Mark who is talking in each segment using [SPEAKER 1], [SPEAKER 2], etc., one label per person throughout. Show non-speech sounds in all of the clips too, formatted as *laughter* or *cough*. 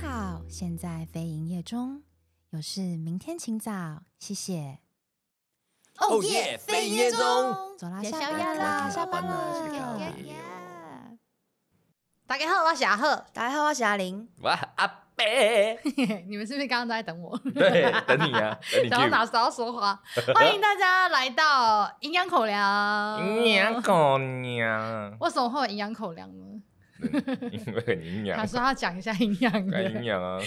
[SPEAKER 1] 好，现在非营业中，有事明天请早，谢谢。
[SPEAKER 2] 哦耶非营业中
[SPEAKER 1] 走啦，
[SPEAKER 3] 吃
[SPEAKER 1] 下
[SPEAKER 3] 宵夜
[SPEAKER 1] 班
[SPEAKER 3] 啦
[SPEAKER 1] 啦，
[SPEAKER 3] 下
[SPEAKER 1] 下
[SPEAKER 3] 班
[SPEAKER 1] 班
[SPEAKER 3] 啦
[SPEAKER 2] 吃宵夜
[SPEAKER 1] 了。
[SPEAKER 3] 大家好，我是阿赫。
[SPEAKER 1] 大家好，我是阿玲。
[SPEAKER 2] 哇，阿贝，
[SPEAKER 3] *laughs* 你们是不是刚刚都在等我？
[SPEAKER 2] 对，等你
[SPEAKER 3] *laughs*
[SPEAKER 2] 啊，等你
[SPEAKER 3] 然后哪
[SPEAKER 2] Q。
[SPEAKER 3] 时候说话？欢迎大家来到营养口粮。
[SPEAKER 2] 营养狗娘，
[SPEAKER 3] 为什么会有营养口粮呢？
[SPEAKER 2] 因为很营
[SPEAKER 3] 他
[SPEAKER 2] 养，
[SPEAKER 3] 说要讲一下营养的，
[SPEAKER 2] 很营
[SPEAKER 3] 应
[SPEAKER 2] 养啊！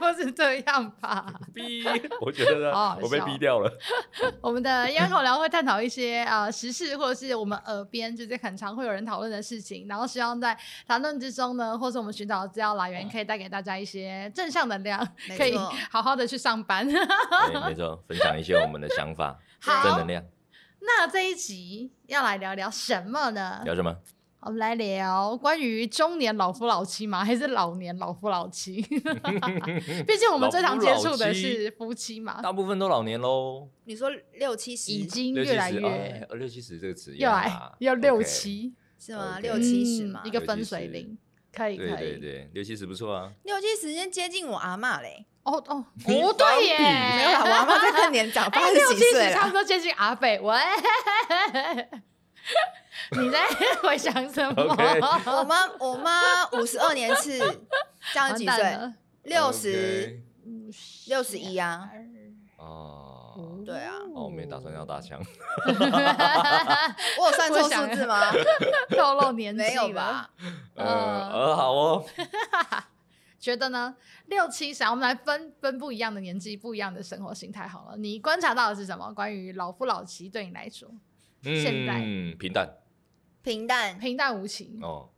[SPEAKER 3] 该 *laughs* 不是这样吧？
[SPEAKER 2] 逼，我觉得
[SPEAKER 3] 好好
[SPEAKER 2] 啊
[SPEAKER 3] 笑
[SPEAKER 2] 我被逼掉了。
[SPEAKER 3] 我们的营养口粮会探讨一些啊、呃时事，或者是我们耳边就是很常会有人讨论的事情，然后希望在谈论之中呢，或是我们寻找的资料来
[SPEAKER 2] 嗯
[SPEAKER 3] 源，可以带给大家一些正向能量，
[SPEAKER 1] 没错
[SPEAKER 3] 可以好好的去上班。 *laughs*
[SPEAKER 2] 对，没错，分享一些我们的想法，正
[SPEAKER 3] 好
[SPEAKER 2] 能，量。
[SPEAKER 3] 那这一集要来聊聊什么呢？
[SPEAKER 2] 聊什么？
[SPEAKER 3] 我们来聊关于中年老夫老妻吗？还是老年老夫老妻？毕竟我们最常接触的是夫妻嘛，
[SPEAKER 2] 大部分都老年喽，
[SPEAKER 1] 你说六七十
[SPEAKER 3] 已经
[SPEAKER 2] 六七
[SPEAKER 3] 越来
[SPEAKER 2] 十，
[SPEAKER 3] 越
[SPEAKER 2] 哦呃六七十这个词
[SPEAKER 3] 又来
[SPEAKER 2] 啊
[SPEAKER 3] 要六
[SPEAKER 2] OK
[SPEAKER 3] 七，
[SPEAKER 1] 是吗？
[SPEAKER 2] OK
[SPEAKER 1] 六七十嘛
[SPEAKER 3] 嗯一，个
[SPEAKER 2] 六七
[SPEAKER 3] 分水
[SPEAKER 2] 十
[SPEAKER 3] 岭，可以可
[SPEAKER 2] 对对
[SPEAKER 3] 以。
[SPEAKER 2] 对，六七十不错啊。
[SPEAKER 1] 六七十已经接近我阿嬷嘞。
[SPEAKER 3] 哦哦
[SPEAKER 2] 你
[SPEAKER 3] 哦，对耶，
[SPEAKER 2] 帮比
[SPEAKER 1] *laughs* 没有啦，我阿嬷再更年长，八
[SPEAKER 3] 哎，
[SPEAKER 1] 十
[SPEAKER 3] 六
[SPEAKER 1] 几
[SPEAKER 3] 七
[SPEAKER 1] 岁
[SPEAKER 3] 十差不
[SPEAKER 1] 了。
[SPEAKER 3] 多接近阿北，喂，你在回想什么？
[SPEAKER 2] OK
[SPEAKER 1] *laughs* 我妈，我妈五十二年 *laughs* 次，这样几
[SPEAKER 3] 完
[SPEAKER 1] 岁？
[SPEAKER 3] 蛋了？嗯
[SPEAKER 1] 六十
[SPEAKER 2] OK
[SPEAKER 1] 六十一啊。
[SPEAKER 2] 哦
[SPEAKER 3] 哦，
[SPEAKER 1] 对啊
[SPEAKER 2] 哦，我没打算要大
[SPEAKER 3] *laughs*
[SPEAKER 2] 枪。
[SPEAKER 1] 我有算
[SPEAKER 3] 我
[SPEAKER 1] 错
[SPEAKER 3] 想
[SPEAKER 1] 数字 *laughs* 吗？
[SPEAKER 3] *laughs* 透露年纪
[SPEAKER 1] 没有
[SPEAKER 3] 了
[SPEAKER 1] 吧？？
[SPEAKER 2] 呃
[SPEAKER 3] 呃
[SPEAKER 2] 呃，好哦，
[SPEAKER 3] 觉得呢？六七十啊，我们来分分不一样的年纪，不一样的生活形态好了。你观察到的是什么？关于老夫老妻对你来说现在
[SPEAKER 2] 嗯，平淡
[SPEAKER 1] 平淡，
[SPEAKER 3] 平淡无奇，
[SPEAKER 2] 哦，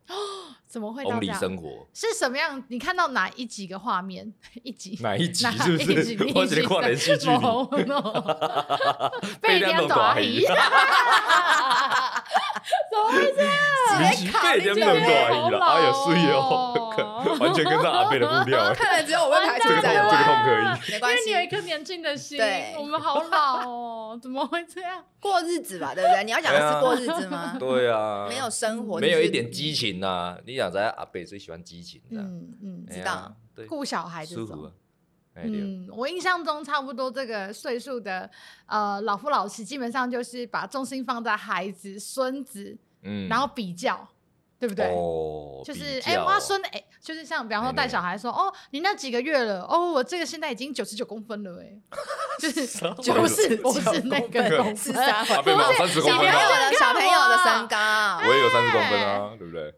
[SPEAKER 3] 怎么会到
[SPEAKER 2] 同
[SPEAKER 3] 这
[SPEAKER 2] 理
[SPEAKER 3] 样？
[SPEAKER 2] 生活。
[SPEAKER 3] 是什么样？你看到哪一几个画面？ *laughs* 一集
[SPEAKER 2] 哪一集
[SPEAKER 3] 哪
[SPEAKER 2] 是不
[SPEAKER 3] 一集 *laughs*
[SPEAKER 2] 是？我只能跨人戏剧
[SPEAKER 3] 某
[SPEAKER 2] 里， *laughs*
[SPEAKER 3] 被
[SPEAKER 2] 人
[SPEAKER 3] 两大姨，怎么会这样？
[SPEAKER 2] 你是被人家弄大意了，哎呀，是哦， *laughs* 完全跟上阿贝的步调，
[SPEAKER 3] *laughs*
[SPEAKER 2] 哎
[SPEAKER 1] 看来只有我被排除
[SPEAKER 2] 这个
[SPEAKER 1] 在
[SPEAKER 2] 这个
[SPEAKER 1] 外
[SPEAKER 2] 痛可以。
[SPEAKER 1] 没
[SPEAKER 3] 因
[SPEAKER 1] 关
[SPEAKER 3] 为
[SPEAKER 1] 系
[SPEAKER 3] 你有，一颗年轻的心
[SPEAKER 1] 对，
[SPEAKER 3] 我们好老哦，怎么会这样？
[SPEAKER 1] 过日子吧，对不对？你要讲的是过日子
[SPEAKER 2] *laughs*
[SPEAKER 1] 吗？
[SPEAKER 2] 对啊，
[SPEAKER 1] 没有生活，
[SPEAKER 2] 没有
[SPEAKER 1] 就是
[SPEAKER 2] 一点激情呐。你想在阿贝最喜欢激情的啊，
[SPEAKER 3] 嗯嗯，
[SPEAKER 2] 哎呀
[SPEAKER 1] 知道，
[SPEAKER 2] 对，
[SPEAKER 3] 顾小孩这
[SPEAKER 2] 舒服
[SPEAKER 3] 种
[SPEAKER 2] 啊。。哎对
[SPEAKER 3] 嗯，我印象中差不多这个岁数的呃老夫老妻，基本上就是把重心放在孩子、孙子，
[SPEAKER 2] 嗯
[SPEAKER 3] 然后比较，对不对？
[SPEAKER 2] 哦，
[SPEAKER 3] 就是
[SPEAKER 2] 哎，
[SPEAKER 3] 我要孙哎，就是像比方说带小孩说，哦，你那几个月了，哦，我这个现在已经九十九公分了，哎， *laughs* 就是九十，不是那个公
[SPEAKER 1] 是
[SPEAKER 3] 分，
[SPEAKER 1] 啥？
[SPEAKER 2] 阿贝满三十公
[SPEAKER 1] 小朋
[SPEAKER 2] 分
[SPEAKER 1] 友
[SPEAKER 2] 啊，
[SPEAKER 1] 的小朋友的身高，
[SPEAKER 2] 我也有三十公分啊，对不对？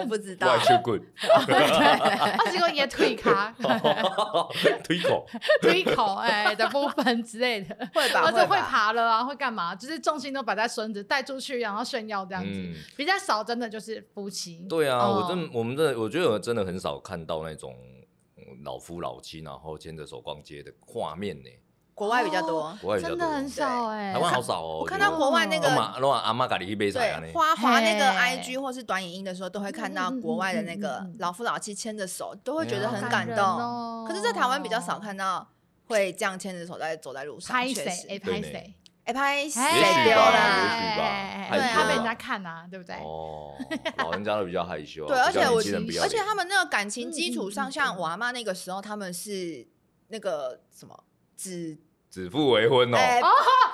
[SPEAKER 1] 我不知道
[SPEAKER 2] 外。修 good，
[SPEAKER 3] *laughs* 啊，结果也腿卡、
[SPEAKER 2] 哦 *laughs* 推
[SPEAKER 1] *laughs*
[SPEAKER 2] 口，
[SPEAKER 3] 推口哎的部分之类的。
[SPEAKER 1] 会吧，
[SPEAKER 3] 儿子会
[SPEAKER 1] 吧。
[SPEAKER 3] 爬了啊，会干嘛？就是重心都摆在孙子带出去，然后炫耀这样子。
[SPEAKER 2] 嗯，
[SPEAKER 3] 比较少，真的就是夫妻。
[SPEAKER 2] 对啊，
[SPEAKER 3] 哦
[SPEAKER 2] 我真我们真的，我觉得我真的很少看到那种嗯老夫老妻然后牵着手逛街的画面呢，
[SPEAKER 1] 国外比较多，
[SPEAKER 2] 国外比较
[SPEAKER 3] 真
[SPEAKER 2] 多，
[SPEAKER 3] 的很少哎、
[SPEAKER 2] 台湾好少哦。
[SPEAKER 1] 欸我看到国外那
[SPEAKER 2] 我觉得
[SPEAKER 1] 个，
[SPEAKER 2] 阿妈阿妈咖喱一杯啥
[SPEAKER 1] 对，
[SPEAKER 2] 呢？
[SPEAKER 1] 花滑那个
[SPEAKER 3] 嘿
[SPEAKER 1] IG 或是短影音的时候，都会看到国外的那
[SPEAKER 3] 嗯嗯
[SPEAKER 1] 个
[SPEAKER 3] 嗯嗯嗯
[SPEAKER 1] 老夫老妻牵着手，都会觉得
[SPEAKER 2] 对啊
[SPEAKER 1] 很
[SPEAKER 2] 好
[SPEAKER 1] 感
[SPEAKER 3] 人
[SPEAKER 1] 动。
[SPEAKER 3] 哦
[SPEAKER 1] 可是，在台湾比较少看到会这样牵着手在走在路上，
[SPEAKER 3] 拍
[SPEAKER 1] 确
[SPEAKER 3] 谁？
[SPEAKER 1] 实
[SPEAKER 3] 哎，。
[SPEAKER 2] 对
[SPEAKER 3] 拍
[SPEAKER 2] 呢
[SPEAKER 3] 谁？
[SPEAKER 1] 哎，拍
[SPEAKER 2] 也
[SPEAKER 1] 谁
[SPEAKER 2] 许
[SPEAKER 1] 丢
[SPEAKER 2] 吧
[SPEAKER 1] 啦？
[SPEAKER 2] 也许吧
[SPEAKER 3] 哎
[SPEAKER 2] 害
[SPEAKER 1] 羞
[SPEAKER 3] 怕被人家看啊，对不对？
[SPEAKER 2] 哦，老人家都比较害羞，
[SPEAKER 1] 对，而且
[SPEAKER 2] 比较年
[SPEAKER 1] 我
[SPEAKER 2] 轻人不要
[SPEAKER 1] 而
[SPEAKER 2] 脸，
[SPEAKER 1] 且他们那个感情基础
[SPEAKER 3] 嗯嗯
[SPEAKER 1] 上，
[SPEAKER 3] 嗯
[SPEAKER 1] 像
[SPEAKER 3] 嗯
[SPEAKER 1] 我阿妈那个时候，他们是那个什么指
[SPEAKER 2] 指腹为婚哦，
[SPEAKER 1] 哎，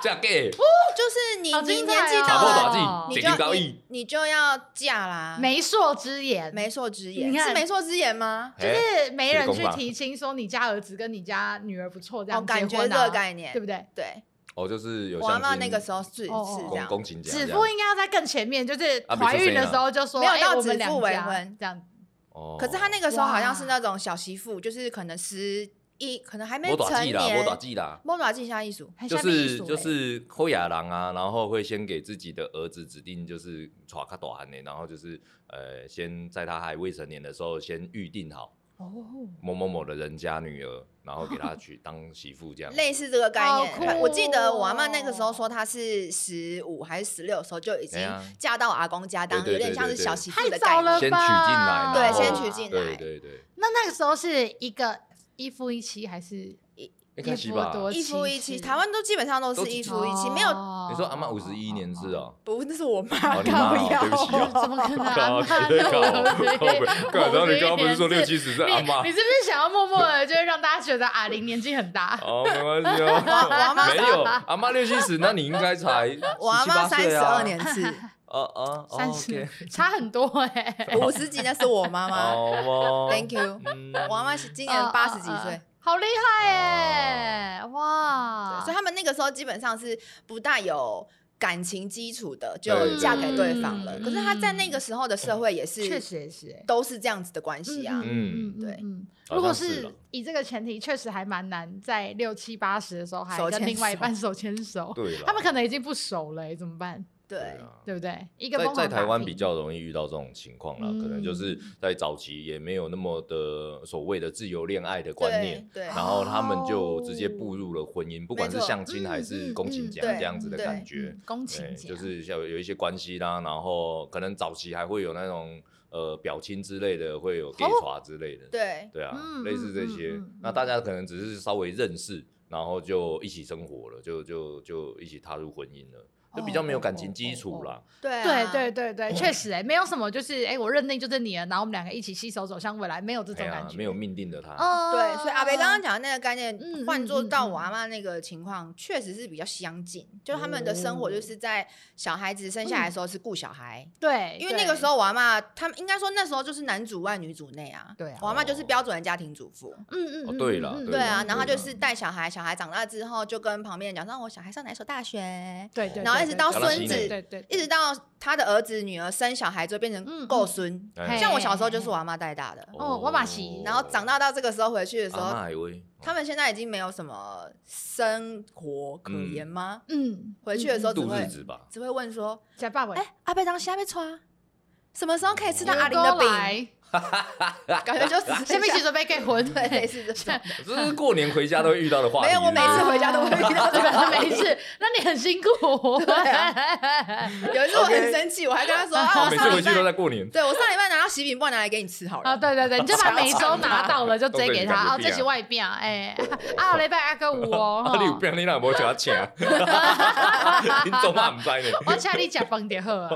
[SPEAKER 2] 嫁给
[SPEAKER 1] 就是你
[SPEAKER 3] 好
[SPEAKER 1] 你
[SPEAKER 3] 精彩
[SPEAKER 1] 年纪
[SPEAKER 3] 哦
[SPEAKER 2] 打
[SPEAKER 1] 到
[SPEAKER 2] 破
[SPEAKER 1] 了
[SPEAKER 2] 打，
[SPEAKER 3] 哦
[SPEAKER 2] 进，
[SPEAKER 1] 你
[SPEAKER 2] 解
[SPEAKER 1] 就
[SPEAKER 2] 禁高
[SPEAKER 1] 你
[SPEAKER 2] 义，
[SPEAKER 1] 你就要嫁啦。
[SPEAKER 3] 媒妁之言，
[SPEAKER 1] 媒妁之言
[SPEAKER 3] 你看
[SPEAKER 1] 是媒妁之言吗？哦
[SPEAKER 3] 就
[SPEAKER 2] 哎
[SPEAKER 3] 是没人
[SPEAKER 2] 这
[SPEAKER 3] 去
[SPEAKER 2] 哎个公法
[SPEAKER 3] 提亲，说你家儿子跟你家女儿不错，这
[SPEAKER 1] 哦，
[SPEAKER 3] 样
[SPEAKER 1] 感
[SPEAKER 3] 结
[SPEAKER 1] 觉
[SPEAKER 3] 婚
[SPEAKER 1] 这
[SPEAKER 3] 啊
[SPEAKER 1] 个概念
[SPEAKER 3] 对不对？
[SPEAKER 1] 对。
[SPEAKER 2] 哦，就是有
[SPEAKER 1] 我阿
[SPEAKER 2] 相
[SPEAKER 1] 妈
[SPEAKER 2] 亲
[SPEAKER 1] 那个时候是是
[SPEAKER 3] 哦哦哦
[SPEAKER 1] 这
[SPEAKER 2] 公
[SPEAKER 1] 样，
[SPEAKER 2] 公情假
[SPEAKER 3] 指
[SPEAKER 2] 这样
[SPEAKER 3] 腹应该要在更前面，就是
[SPEAKER 2] 啊比如说
[SPEAKER 3] 怀孕的时候就说，
[SPEAKER 1] 谁呢
[SPEAKER 3] 哎
[SPEAKER 1] 没有到
[SPEAKER 3] 我们两
[SPEAKER 1] 指腹为
[SPEAKER 3] 家
[SPEAKER 1] 婚
[SPEAKER 3] 这样。
[SPEAKER 2] 哦，
[SPEAKER 1] 可是她那个时候好像是
[SPEAKER 3] 哇
[SPEAKER 1] 那种小媳妇，就是可能十一，可能还没
[SPEAKER 2] 我
[SPEAKER 1] 成
[SPEAKER 2] 打记啦，我打
[SPEAKER 1] 年，
[SPEAKER 2] 记啦。
[SPEAKER 1] 摸爪记下艺术，
[SPEAKER 3] 还
[SPEAKER 2] 就
[SPEAKER 3] 下面一
[SPEAKER 2] 是
[SPEAKER 3] 组
[SPEAKER 2] 就
[SPEAKER 3] 嘞
[SPEAKER 2] 是抠牙郎啊，然后会先给自己的儿子指定就是耍卡短呢，然后就是呃，先在他还未成年的时候先预定好
[SPEAKER 3] 哦，
[SPEAKER 2] 某某某的人家女儿，然后给他
[SPEAKER 1] *laughs*
[SPEAKER 2] 娶当媳妇这样。
[SPEAKER 1] 类似这个概
[SPEAKER 3] 好
[SPEAKER 1] 念。
[SPEAKER 3] 酷
[SPEAKER 1] 她我记得我阿妈
[SPEAKER 3] 哦
[SPEAKER 1] 那个时候说她是十五还是十六的时候就已经
[SPEAKER 2] 对啊
[SPEAKER 1] 嫁到阿公家当，
[SPEAKER 2] 对对
[SPEAKER 1] 有点
[SPEAKER 2] 对
[SPEAKER 1] 像是
[SPEAKER 2] 对对
[SPEAKER 1] 小媳妇
[SPEAKER 3] 太
[SPEAKER 1] 的
[SPEAKER 3] 早
[SPEAKER 1] 概
[SPEAKER 3] 了吧？
[SPEAKER 1] 念。
[SPEAKER 2] 先娶进来
[SPEAKER 1] 对
[SPEAKER 2] 然后
[SPEAKER 1] 先娶进来
[SPEAKER 2] 对对对，
[SPEAKER 3] 那那个时候是一个一夫一妻还是
[SPEAKER 1] 一
[SPEAKER 2] 哎，看
[SPEAKER 3] 一
[SPEAKER 2] 西
[SPEAKER 3] 夫
[SPEAKER 2] 吧。
[SPEAKER 3] 多
[SPEAKER 2] 你
[SPEAKER 1] 一夫一
[SPEAKER 3] 妻
[SPEAKER 1] 妻，
[SPEAKER 3] 制
[SPEAKER 1] 台湾都基本上都
[SPEAKER 2] 都
[SPEAKER 1] 是
[SPEAKER 2] 是
[SPEAKER 1] 一夫一妻，没有
[SPEAKER 3] 哦
[SPEAKER 2] 说阿妈五十一年制哦，
[SPEAKER 1] 不，那是我妈
[SPEAKER 2] 哦你妈哦
[SPEAKER 1] 靠
[SPEAKER 2] 对不起
[SPEAKER 1] 腰
[SPEAKER 2] 哦
[SPEAKER 3] *laughs* 怎么可能阿
[SPEAKER 2] 靠
[SPEAKER 3] 妈
[SPEAKER 2] 靠
[SPEAKER 3] 六
[SPEAKER 2] 靠靠
[SPEAKER 3] *laughs* 十
[SPEAKER 2] 靠然后你刚刚不是说六七十是
[SPEAKER 3] 你
[SPEAKER 2] 阿妈
[SPEAKER 3] 你是不是想要默默的，就是让大家觉得阿玲年纪很大？
[SPEAKER 2] 哦，没关系
[SPEAKER 1] 我
[SPEAKER 2] 哦。
[SPEAKER 1] 阿妈
[SPEAKER 2] 没有，阿妈六七十，那你应该才
[SPEAKER 1] *laughs* 我阿妈三
[SPEAKER 2] 17
[SPEAKER 1] 十二，年
[SPEAKER 2] 18岁啊
[SPEAKER 1] 次，
[SPEAKER 2] 哦哦，哦
[SPEAKER 3] 三
[SPEAKER 2] OK
[SPEAKER 3] *laughs* 十差很多哎、
[SPEAKER 2] *laughs*
[SPEAKER 1] 五十几那是我妈妈。
[SPEAKER 2] 哦
[SPEAKER 1] Thank you，
[SPEAKER 2] 嗯
[SPEAKER 1] 我阿妈是今
[SPEAKER 3] 今
[SPEAKER 1] 年八十几岁，
[SPEAKER 3] 好厉害哎、
[SPEAKER 2] 哦
[SPEAKER 3] 哇！
[SPEAKER 1] 对所以他们那个时候基本上是不大有感情基础的，
[SPEAKER 2] 对
[SPEAKER 1] 就
[SPEAKER 2] 对
[SPEAKER 1] 嫁给对
[SPEAKER 2] 对
[SPEAKER 1] 方了。
[SPEAKER 3] 嗯
[SPEAKER 1] 可是他在那个时候的社会也是，
[SPEAKER 3] 确实也是哎、
[SPEAKER 1] 都是这样子的关系啊。
[SPEAKER 2] 嗯
[SPEAKER 1] 对
[SPEAKER 3] 嗯，
[SPEAKER 2] 好
[SPEAKER 3] 如果
[SPEAKER 2] 像是
[SPEAKER 3] 是
[SPEAKER 2] 啦
[SPEAKER 3] 以这个前提，确实还蛮难在六七八十的时候还
[SPEAKER 1] 手
[SPEAKER 3] 跟
[SPEAKER 1] 牵
[SPEAKER 3] 另外一
[SPEAKER 1] 手
[SPEAKER 3] 半手牵手，
[SPEAKER 2] 对了，
[SPEAKER 3] 他们可能已经不熟了、欸，怎么办？
[SPEAKER 1] 对，
[SPEAKER 2] 啊
[SPEAKER 3] 对不对？一个
[SPEAKER 2] 在
[SPEAKER 3] 疯
[SPEAKER 2] 在
[SPEAKER 3] 狂
[SPEAKER 2] 台
[SPEAKER 3] 打嗯
[SPEAKER 2] 湾
[SPEAKER 3] 听
[SPEAKER 2] 比较容易遇到这种情况啦，可能就是在早期也没有那么的所谓的自由恋爱的观念，
[SPEAKER 1] 对对
[SPEAKER 2] 然后他们就直接步入了婚姻，不管是
[SPEAKER 1] 没错
[SPEAKER 2] 相亲还
[SPEAKER 3] 嗯
[SPEAKER 2] 是
[SPEAKER 3] 嗯
[SPEAKER 2] 宫情
[SPEAKER 3] 嗯
[SPEAKER 2] 家
[SPEAKER 1] 对
[SPEAKER 2] 这样子的
[SPEAKER 1] 对
[SPEAKER 2] 感觉
[SPEAKER 3] 嗯，宫
[SPEAKER 2] 对，
[SPEAKER 3] 情节啊
[SPEAKER 2] 就是像有一些关系啦，然后可能早期还会有那种呃表亲之类的，会有
[SPEAKER 3] 哦
[SPEAKER 2] gay 茶之类的，
[SPEAKER 1] 对，
[SPEAKER 2] 对啊，
[SPEAKER 3] 嗯
[SPEAKER 2] 类似这些。
[SPEAKER 3] 嗯嗯嗯
[SPEAKER 2] 那大家可能只是稍微认识，然后就一起生活了，就就就一起踏入婚姻了，就比较没有感情基础啦。
[SPEAKER 1] 对
[SPEAKER 3] 对
[SPEAKER 1] 啊
[SPEAKER 3] 对对对，确实哎、没有什么就是哎、我认定就是你了，然后我们两个一起携手走向未来，没有这
[SPEAKER 2] 哎
[SPEAKER 3] 种
[SPEAKER 2] 呀
[SPEAKER 3] 感，觉，
[SPEAKER 2] 没有命定的他。
[SPEAKER 3] 哦。
[SPEAKER 1] 对，所以阿北刚刚讲的那个概念
[SPEAKER 3] 嗯，
[SPEAKER 1] 换做
[SPEAKER 3] 嗯嗯
[SPEAKER 1] 到
[SPEAKER 3] 嗯
[SPEAKER 1] 我阿妈那个情况，确实是比较相近。就他们的生
[SPEAKER 2] 哦
[SPEAKER 1] 活就是在小孩子生下来的时候是顾小孩，
[SPEAKER 3] 对，
[SPEAKER 1] 因为
[SPEAKER 3] 对
[SPEAKER 1] 那个时，候我阿妈，他们应该说那时候就是男主外女主内啊。
[SPEAKER 3] 对啊
[SPEAKER 1] 我阿妈就是标准的家庭主妇。
[SPEAKER 3] 嗯嗯
[SPEAKER 2] 哦
[SPEAKER 3] 嗯，
[SPEAKER 2] 对
[SPEAKER 3] 嗯
[SPEAKER 2] 啦
[SPEAKER 3] 嗯
[SPEAKER 1] 对啊，
[SPEAKER 2] 对
[SPEAKER 1] 然后
[SPEAKER 2] 啦
[SPEAKER 1] 就是带小孩，小孩长大之后就跟旁边人讲，让我小孩上哪一所大学，
[SPEAKER 3] 对对，
[SPEAKER 1] 然后一直到
[SPEAKER 2] 小到
[SPEAKER 1] 孙
[SPEAKER 2] 七
[SPEAKER 1] 子
[SPEAKER 2] 年
[SPEAKER 3] 对对对，
[SPEAKER 1] 一直到他的儿子女儿生小孩之后变
[SPEAKER 3] 嗯
[SPEAKER 1] 成
[SPEAKER 3] 嗯
[SPEAKER 1] 够孙。
[SPEAKER 2] 哎
[SPEAKER 1] 像我小时候就是我阿妈带大的，
[SPEAKER 3] 哦我把洗
[SPEAKER 1] 然后长大到这个时候回去的时
[SPEAKER 2] 哦阿
[SPEAKER 1] 候
[SPEAKER 2] 嬷，还会
[SPEAKER 1] 他们现在已经没有什么生活可言吗？
[SPEAKER 3] 嗯，
[SPEAKER 1] 回去的时候
[SPEAKER 2] 哦
[SPEAKER 3] 嗯嗯
[SPEAKER 2] 度
[SPEAKER 1] 只会
[SPEAKER 2] 日子
[SPEAKER 1] *laughs*
[SPEAKER 2] 吧。
[SPEAKER 1] 只会问说
[SPEAKER 3] 在爸爸：“
[SPEAKER 1] 哎、阿贝当虾被穿，什么时候可以吃到
[SPEAKER 2] 哦
[SPEAKER 1] 阿玲的饼？”
[SPEAKER 3] 饼，
[SPEAKER 1] 感觉就 *laughs*
[SPEAKER 3] *laughs* 下
[SPEAKER 1] 是
[SPEAKER 3] 面一起准备结婚，
[SPEAKER 1] *laughs* 对类似这种。
[SPEAKER 2] 这是过年回家都会遇到的话题。
[SPEAKER 1] 没有，
[SPEAKER 3] 啊
[SPEAKER 1] 我每次
[SPEAKER 2] 是不
[SPEAKER 1] 回家都会遇到这个
[SPEAKER 3] 对没事，那你很辛苦。
[SPEAKER 1] 对啊 *laughs* 有一次我很生气，我还跟他
[SPEAKER 3] *laughs*
[SPEAKER 1] 说：“啊，
[SPEAKER 2] 是我
[SPEAKER 1] 我
[SPEAKER 2] 每
[SPEAKER 1] 上
[SPEAKER 2] 次
[SPEAKER 1] 礼
[SPEAKER 2] 回去都
[SPEAKER 1] 拜，
[SPEAKER 2] 在过
[SPEAKER 1] *laughs*
[SPEAKER 2] 年。
[SPEAKER 1] 对我上礼拜拿到喜饼，不然拿来给你吃好
[SPEAKER 3] 啊，
[SPEAKER 1] 了。
[SPEAKER 3] 对对对，你就把每周拿到了就直接给他啊，
[SPEAKER 2] 都被
[SPEAKER 3] 这
[SPEAKER 2] 你
[SPEAKER 3] 是
[SPEAKER 2] 赶
[SPEAKER 3] 外表哎，啊，礼拜阿哥
[SPEAKER 2] *laughs*
[SPEAKER 3] 五
[SPEAKER 2] 啊，你有
[SPEAKER 3] 哦，
[SPEAKER 2] 病，你哪无请我请？啊你做嘛唔知呢？
[SPEAKER 3] 我请你吃饭就
[SPEAKER 2] *laughs*
[SPEAKER 3] 好啊。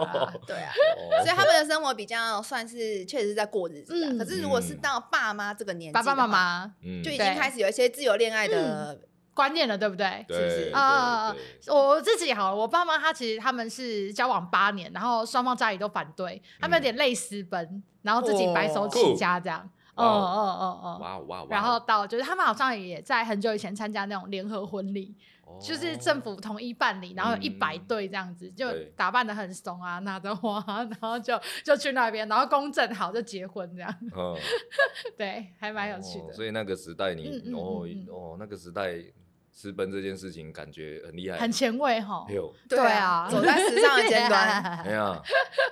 [SPEAKER 1] 对
[SPEAKER 3] *laughs*
[SPEAKER 1] 啊，
[SPEAKER 2] 哦
[SPEAKER 1] 所以他们的生活比较算是确实是在过日子啊。
[SPEAKER 3] 嗯
[SPEAKER 1] 可是如果是到爸妈这个年纪的
[SPEAKER 3] 爸
[SPEAKER 1] 话，
[SPEAKER 3] 爸妈嗯妈
[SPEAKER 2] 嗯
[SPEAKER 1] 就已
[SPEAKER 2] 对
[SPEAKER 1] 经开始有一些自由恋爱的
[SPEAKER 3] 观念了，对不对？
[SPEAKER 1] 是不是
[SPEAKER 2] 对
[SPEAKER 3] 啊
[SPEAKER 2] 对
[SPEAKER 3] 我我自己好了，我爸妈他其实他们是交往八年，然后双方家里都反对，他们有点类私奔，然后自己白手起家这样。哦
[SPEAKER 2] 哦
[SPEAKER 3] 哦哦哦。
[SPEAKER 2] 哇哦哇哦！
[SPEAKER 3] 然后到就是他们好像也在很久以前参加那种联合婚礼，
[SPEAKER 2] 后
[SPEAKER 3] 就是政府统一办理，然后有一百对这样子，就
[SPEAKER 2] 哦嗯对
[SPEAKER 3] 打扮的很怂啊，拿着花啊，然后就就去那边，然后公证好就结婚这样， *laughs*
[SPEAKER 2] 嗯
[SPEAKER 3] 对，还蛮有趣
[SPEAKER 2] 哦
[SPEAKER 3] 的。
[SPEAKER 2] 所以那个时代你，
[SPEAKER 3] 嗯嗯
[SPEAKER 2] 哦
[SPEAKER 3] 嗯嗯
[SPEAKER 2] 哦，那个时代私奔这件事情感觉很厉害，
[SPEAKER 3] 很哦前卫哈
[SPEAKER 2] 哎，呦，
[SPEAKER 1] 对啊，走在时尚的尖
[SPEAKER 3] *laughs*
[SPEAKER 1] 端。
[SPEAKER 2] 哎呀，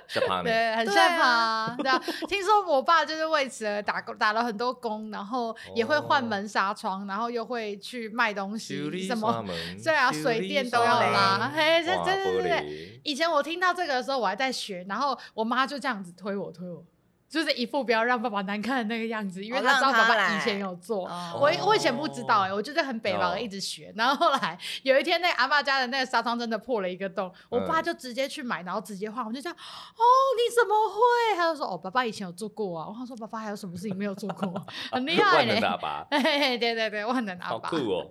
[SPEAKER 2] 吓怕你，
[SPEAKER 3] 对，很
[SPEAKER 1] 对
[SPEAKER 3] 吓怕。对啊，听说我爸就是为此而打工，打了很多工，然后也会换
[SPEAKER 2] 哦
[SPEAKER 3] 门纱窗，然后又会去卖东
[SPEAKER 2] 修
[SPEAKER 3] 西
[SPEAKER 2] 理
[SPEAKER 3] 什
[SPEAKER 2] 刷
[SPEAKER 3] 么。
[SPEAKER 2] 门，
[SPEAKER 3] 对啊
[SPEAKER 2] 修理
[SPEAKER 3] 水电都
[SPEAKER 2] 刷
[SPEAKER 1] 要
[SPEAKER 2] 门
[SPEAKER 3] 拉嘿这
[SPEAKER 2] 刮
[SPEAKER 3] 真的
[SPEAKER 2] 玻
[SPEAKER 3] 是
[SPEAKER 2] 璃
[SPEAKER 3] 以前我听到这个的时候，我还在学，然后我妈就这样子推我推我，就是一副不要让爸爸难看的那个样子，因为
[SPEAKER 1] 哦
[SPEAKER 3] 她知
[SPEAKER 1] 让
[SPEAKER 3] 道
[SPEAKER 1] 她
[SPEAKER 3] 爸爸
[SPEAKER 1] 来
[SPEAKER 3] 以前有做。
[SPEAKER 1] 哦
[SPEAKER 3] 我我以前不知道哎、我就是很北方
[SPEAKER 2] 哦
[SPEAKER 3] 一直学，然后后来有一天那个阿爸家的那个纱窗真的破了一个洞，我
[SPEAKER 2] 嗯
[SPEAKER 3] 爸就直接去买，然后直接换，我就这样，哦，你怎么会？他就说，哦，爸爸以前有做过啊。我想说，爸爸还有什么事情没有做过？ *laughs* 很厉害
[SPEAKER 2] 万
[SPEAKER 3] 嘞、
[SPEAKER 2] 能
[SPEAKER 3] 欸
[SPEAKER 2] 打拔，。
[SPEAKER 3] 嘿嘿对对对，万能阿
[SPEAKER 2] 好
[SPEAKER 3] 爸。
[SPEAKER 2] 酷
[SPEAKER 3] *laughs*
[SPEAKER 2] 哦！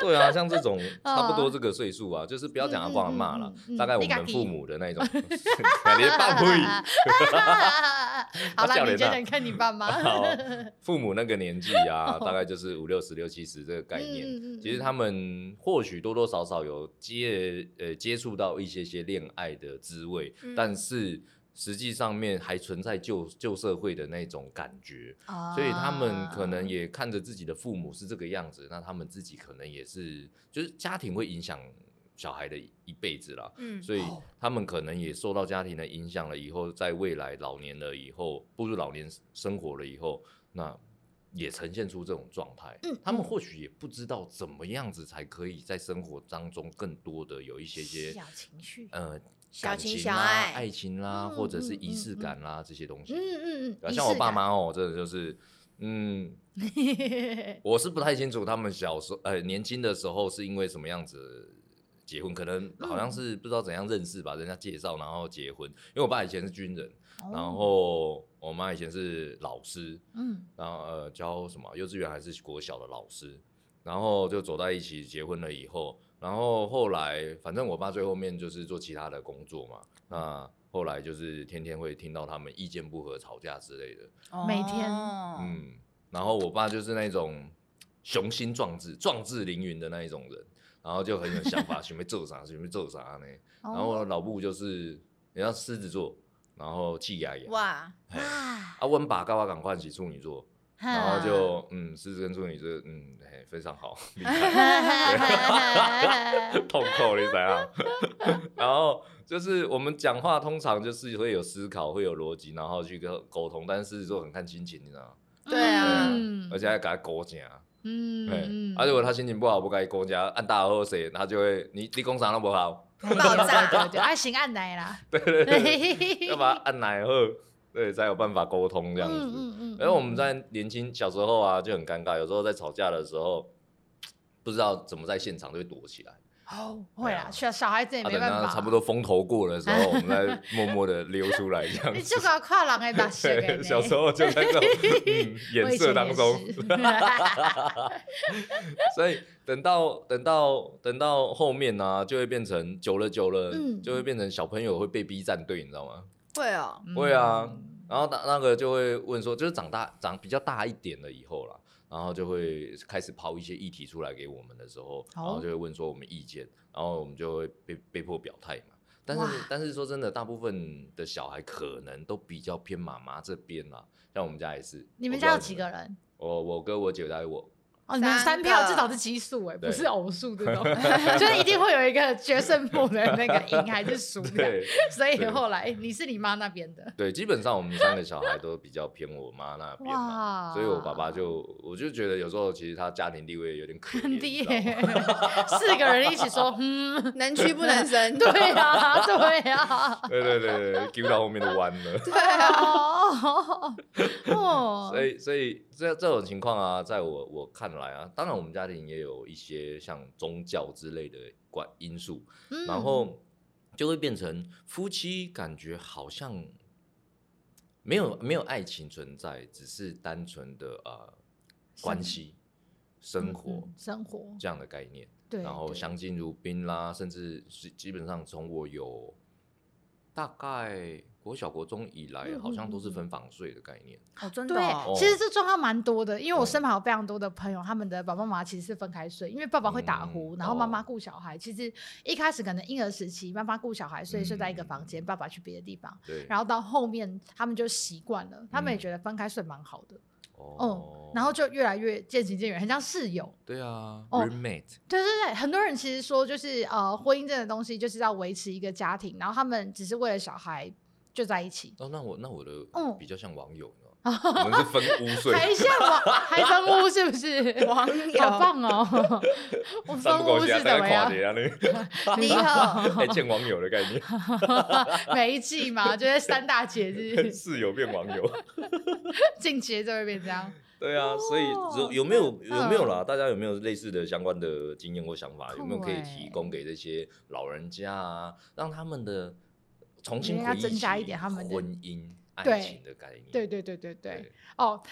[SPEAKER 2] 对啊，像这种差不多这个岁数啊，就是不要讲阿公阿妈了
[SPEAKER 3] 哦嗯嗯嗯嗯，
[SPEAKER 2] 大概我
[SPEAKER 3] 你家
[SPEAKER 2] 们
[SPEAKER 3] 己
[SPEAKER 2] 父母的那
[SPEAKER 3] *laughs*
[SPEAKER 2] 种， *laughs* 连半会。
[SPEAKER 3] 好
[SPEAKER 2] 笑
[SPEAKER 3] 了，你
[SPEAKER 2] 脸
[SPEAKER 3] 觉
[SPEAKER 2] 啊
[SPEAKER 3] 得你看你爸妈？
[SPEAKER 2] *laughs*
[SPEAKER 3] 哦
[SPEAKER 2] 好，
[SPEAKER 3] *laughs*
[SPEAKER 2] 父母那个年纪啊，大概就是五六十、六七十这个概念。
[SPEAKER 3] 嗯嗯嗯
[SPEAKER 2] 其实他们或许多多少少有接呃接触到一些些恋爱的滋味，
[SPEAKER 1] 嗯
[SPEAKER 2] 但是实际上面还存在旧旧社会的那种感觉，
[SPEAKER 3] 所
[SPEAKER 2] 所以他们可
[SPEAKER 3] 哦
[SPEAKER 2] 能也看着自己的父母是这个样子，那他们自己可能也是，就是家庭会影响小孩的一辈子啦。
[SPEAKER 1] 嗯，
[SPEAKER 2] 所以
[SPEAKER 3] 哦
[SPEAKER 2] 他们可能也受到家庭的影响了，以后在未来老年了以后，步入老年生活了以后，那也呈现出这种状态。
[SPEAKER 3] 嗯
[SPEAKER 2] 他们或许也不知道怎么样子才可以在生活当中更多的有一些些
[SPEAKER 3] 小情绪，
[SPEAKER 2] 呃
[SPEAKER 1] 小
[SPEAKER 2] 感
[SPEAKER 1] 情
[SPEAKER 2] 情
[SPEAKER 1] 小
[SPEAKER 2] 啦、
[SPEAKER 1] 爱
[SPEAKER 2] 爱情啦，
[SPEAKER 3] 嗯
[SPEAKER 2] 或者是
[SPEAKER 3] 嗯
[SPEAKER 2] 仪式
[SPEAKER 3] 嗯
[SPEAKER 2] 感啦、这些东西。
[SPEAKER 3] 嗯嗯
[SPEAKER 2] 对啊
[SPEAKER 3] 嗯，
[SPEAKER 2] 像我爸
[SPEAKER 3] 仪式感，
[SPEAKER 2] 妈哦，真的就是嗯，
[SPEAKER 3] 嗯
[SPEAKER 2] 我是不太清楚他们小时候呃年轻的时候是因为什么样子结婚，可能好像是不知道怎样认识吧，人家介绍然后结婚。因为我爸以前是军人，然后我妈以前是老师，
[SPEAKER 3] 嗯，
[SPEAKER 2] 然后呃教什么幼稚园还是国小的老师，然后就走在一起结婚了以后，然后后来反正我爸最后面就是做其他的工作嘛，那后来就是天天会听到他们意见不合吵架之类的，
[SPEAKER 3] *laughs* 每天
[SPEAKER 1] 哦，
[SPEAKER 2] 嗯，然后我爸就是那种雄心壮志、壮志凌云的那一种人，然后就很有想法，准备做啥，准备做啥呢？然后我老布就是人家狮子座，然后气压也，
[SPEAKER 1] 哇，
[SPEAKER 2] 嘿
[SPEAKER 4] 哇，
[SPEAKER 2] 啊，温把高啊，赶快起处女座，然
[SPEAKER 3] 哈
[SPEAKER 2] 后就嗯，狮子跟处女座，嗯，嘿，非常好， *laughs* 厉害。 *laughs* 痛苦你怎样？ *laughs* 然后就是我们讲话通常就是会有思考，会有逻辑，然后去跟沟通，但是狮子座很看心情，你知道吗？
[SPEAKER 1] 对啊
[SPEAKER 3] 嗯
[SPEAKER 2] 而且还给他勾啊讲。
[SPEAKER 3] 嗯
[SPEAKER 2] 对，啊，如果他心情不好，不该公家按大喝水，他就会你你工厂都不好， *laughs*
[SPEAKER 1] 爆炸
[SPEAKER 3] *laughs* 对对对，爱行按奶啦，
[SPEAKER 2] 对对 *laughs* 对，
[SPEAKER 3] *laughs* 对
[SPEAKER 2] 要把它按奶喝，对，才有办法沟通这样子。
[SPEAKER 3] 嗯
[SPEAKER 2] 然后我们在年轻小时候啊，就很尴尬，有时候在吵架的时候，不知道怎么在现场就会躲起来。
[SPEAKER 3] 哦会
[SPEAKER 2] 对
[SPEAKER 3] 啦，
[SPEAKER 2] 啊
[SPEAKER 3] 小小孩子也
[SPEAKER 2] 啊，
[SPEAKER 3] 哎没
[SPEAKER 2] 等
[SPEAKER 3] 办
[SPEAKER 2] 到
[SPEAKER 3] 法，
[SPEAKER 2] 差不多风头过的时
[SPEAKER 3] *laughs*
[SPEAKER 2] 候，我们再默默的溜出来这样
[SPEAKER 3] 你
[SPEAKER 2] 子
[SPEAKER 3] 就。搞跨栏
[SPEAKER 2] *laughs*
[SPEAKER 3] 哎，把谁给
[SPEAKER 2] 对，
[SPEAKER 3] 你
[SPEAKER 2] 小时候就在这种、
[SPEAKER 3] *laughs*
[SPEAKER 2] 嗯、眼色当中
[SPEAKER 3] 我，以前也是
[SPEAKER 2] 所以等到等到等到后面呢、就会变成久了久了，
[SPEAKER 3] 嗯
[SPEAKER 2] 就会变成小朋友会被逼站队，你知道吗？
[SPEAKER 1] 会哦，
[SPEAKER 2] *laughs* 会啊，
[SPEAKER 3] 嗯
[SPEAKER 2] 然后那那个就会问说，就是长大长比较大一点了以后啦，然后就会开始抛一些议题出来给我们的时候，然后就会问说我们意见，然后我们就会被被迫表态嘛。但是
[SPEAKER 3] 哇
[SPEAKER 2] 但是说真的，大部分的小孩可能都比较偏妈妈这边啦，像我们家也是。
[SPEAKER 3] 你
[SPEAKER 2] 我
[SPEAKER 3] 们
[SPEAKER 2] 不知
[SPEAKER 3] 家
[SPEAKER 2] 道
[SPEAKER 3] 有几个？人？
[SPEAKER 2] 我我哥我姐还有我，
[SPEAKER 3] 哦，你们
[SPEAKER 1] 三
[SPEAKER 3] 三
[SPEAKER 1] 个
[SPEAKER 3] 票至少是奇数哎，
[SPEAKER 2] 对
[SPEAKER 3] 不是偶数这种，
[SPEAKER 2] *laughs*
[SPEAKER 3] 就是一定会有一个决胜负的那个赢还
[SPEAKER 2] *laughs*
[SPEAKER 3] 是输的。
[SPEAKER 2] 对
[SPEAKER 3] 所以
[SPEAKER 2] 对
[SPEAKER 3] 后来你是你妈那边的，
[SPEAKER 2] 对，基本上我们三个小孩都比较偏我妈那边嘛。
[SPEAKER 3] 哇，
[SPEAKER 2] 所以，我爸爸就我就觉得有时候其实他家庭地位有点可怜，
[SPEAKER 3] 很
[SPEAKER 2] 你
[SPEAKER 3] 低
[SPEAKER 2] 知道吗
[SPEAKER 3] 耶， *laughs* 四个人一起说，嗯， *laughs*
[SPEAKER 1] 能屈不能伸，
[SPEAKER 3] 对啊，对
[SPEAKER 2] *laughs*
[SPEAKER 3] 啊。
[SPEAKER 2] *laughs* 对对对对，丢到后面的弯了。
[SPEAKER 3] 对啊， *laughs* 哦，
[SPEAKER 2] *laughs* 所以，所以这这种情况啊，在我我看来啊，当然我们家庭也有一些像宗教之类的关因素，
[SPEAKER 3] 嗯
[SPEAKER 2] 然后就会变成夫妻感觉好像没有没有爱情存在，只是单纯的呃关系、生活、
[SPEAKER 3] 嗯嗯生活，
[SPEAKER 2] 这样的概念。
[SPEAKER 3] 对，
[SPEAKER 2] 然后
[SPEAKER 3] 对
[SPEAKER 2] 相敬如宾啦，甚至是基本上从我有大概国小国中以来，
[SPEAKER 3] 嗯
[SPEAKER 2] 好像
[SPEAKER 3] 嗯
[SPEAKER 2] 都是
[SPEAKER 3] 嗯
[SPEAKER 2] 分房睡的概念。
[SPEAKER 1] *laughs* 哦，真的
[SPEAKER 3] 对
[SPEAKER 1] 哦，
[SPEAKER 2] 哦
[SPEAKER 3] 其实这状况蛮多的，因为我
[SPEAKER 2] 嗯
[SPEAKER 3] 身旁有非常多的朋友，他们的爸爸妈妈其实是分开睡，因为爸爸会打呼，
[SPEAKER 2] 嗯
[SPEAKER 3] 然后妈妈
[SPEAKER 2] 哦
[SPEAKER 3] 顾小孩。其实一开始可能婴儿时期，妈妈顾小孩，所以睡在一个房
[SPEAKER 2] 嗯
[SPEAKER 3] 间，爸爸去别的地方。
[SPEAKER 2] 对，
[SPEAKER 3] 然后到后面他们就习惯了，他们
[SPEAKER 2] 嗯
[SPEAKER 3] 也觉得分开睡蛮好的，
[SPEAKER 2] 哦
[SPEAKER 3] 然后就越来越渐行渐远，很像室友。
[SPEAKER 2] 对啊、
[SPEAKER 3] 哦
[SPEAKER 2] r o o m m a t e
[SPEAKER 3] 对对对，很多人其实说就是呃，婚姻这个东西就是要维持一个家庭，然后他们只是为了小孩就在一起，
[SPEAKER 2] 哦，那我那我的
[SPEAKER 3] 嗯
[SPEAKER 2] 比较像网友呢，
[SPEAKER 3] *laughs*
[SPEAKER 2] 我们是分屋睡，
[SPEAKER 3] 还像网
[SPEAKER 2] *laughs*
[SPEAKER 3] 还分屋是不是？
[SPEAKER 1] 网
[SPEAKER 3] 好
[SPEAKER 1] 友
[SPEAKER 3] 棒哦！
[SPEAKER 2] *laughs*
[SPEAKER 3] 我
[SPEAKER 2] 三
[SPEAKER 3] 分
[SPEAKER 2] 不
[SPEAKER 3] 屋
[SPEAKER 2] 狗
[SPEAKER 3] 是
[SPEAKER 2] 家
[SPEAKER 3] 怎
[SPEAKER 2] 在
[SPEAKER 3] 么
[SPEAKER 2] 跨
[SPEAKER 3] 样？
[SPEAKER 2] 年啊，
[SPEAKER 3] *laughs*
[SPEAKER 1] 你好，
[SPEAKER 2] 那个见哎网友的概念，
[SPEAKER 3] 每一季嘛，就是三大
[SPEAKER 2] *laughs*
[SPEAKER 3] 节日
[SPEAKER 2] 室友变网友。
[SPEAKER 3] 进节就会变这样。
[SPEAKER 2] 对啊，所以
[SPEAKER 3] 哦
[SPEAKER 2] 有有没有有没有啦？大家有没有类似的相关的经验或想法？
[SPEAKER 3] 酷
[SPEAKER 2] 有没有可以
[SPEAKER 3] 欸
[SPEAKER 2] 提供给这些老人家啊，让他们的重
[SPEAKER 3] 我
[SPEAKER 2] 新
[SPEAKER 3] 觉得
[SPEAKER 2] 回
[SPEAKER 3] 要
[SPEAKER 2] 忆
[SPEAKER 3] 增加
[SPEAKER 2] 起
[SPEAKER 3] 一点他们的
[SPEAKER 2] 婚姻爱
[SPEAKER 3] 对
[SPEAKER 2] 情的概念？
[SPEAKER 3] 对对对对对。
[SPEAKER 2] 对，
[SPEAKER 3] 哦，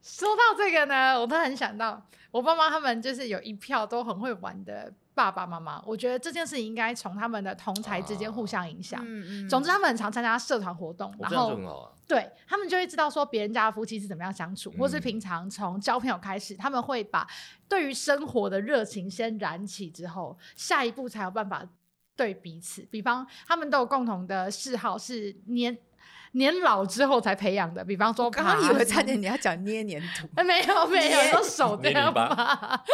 [SPEAKER 3] 说到这个呢，我突然想到，我爸妈他们就是有一票都很会玩的爸爸妈妈，我觉得这件事情应该从他们的同才之间互相影响。
[SPEAKER 1] 嗯
[SPEAKER 3] 总之，他们很常参加社团活动，
[SPEAKER 2] 哦我
[SPEAKER 3] 然
[SPEAKER 2] 这样就
[SPEAKER 3] 后
[SPEAKER 2] 很好啊。
[SPEAKER 3] 对他们就会知道说别人家的夫妻是怎么样相处，或是
[SPEAKER 2] 嗯
[SPEAKER 3] 平常从交朋友开始，他们会把对于生活的热情先燃起，之后下一步才有办法对彼此。比方他们都有共同的嗜好，是年年老之后才培养的，比方说
[SPEAKER 1] 刚刚以
[SPEAKER 3] 爬
[SPEAKER 1] 为
[SPEAKER 3] 山
[SPEAKER 1] 差点你要讲捏黏土，
[SPEAKER 3] 哎没有没有，
[SPEAKER 1] 捏
[SPEAKER 3] 用手这
[SPEAKER 2] 捏
[SPEAKER 3] 样
[SPEAKER 2] 泥巴 *laughs*
[SPEAKER 3] 吧，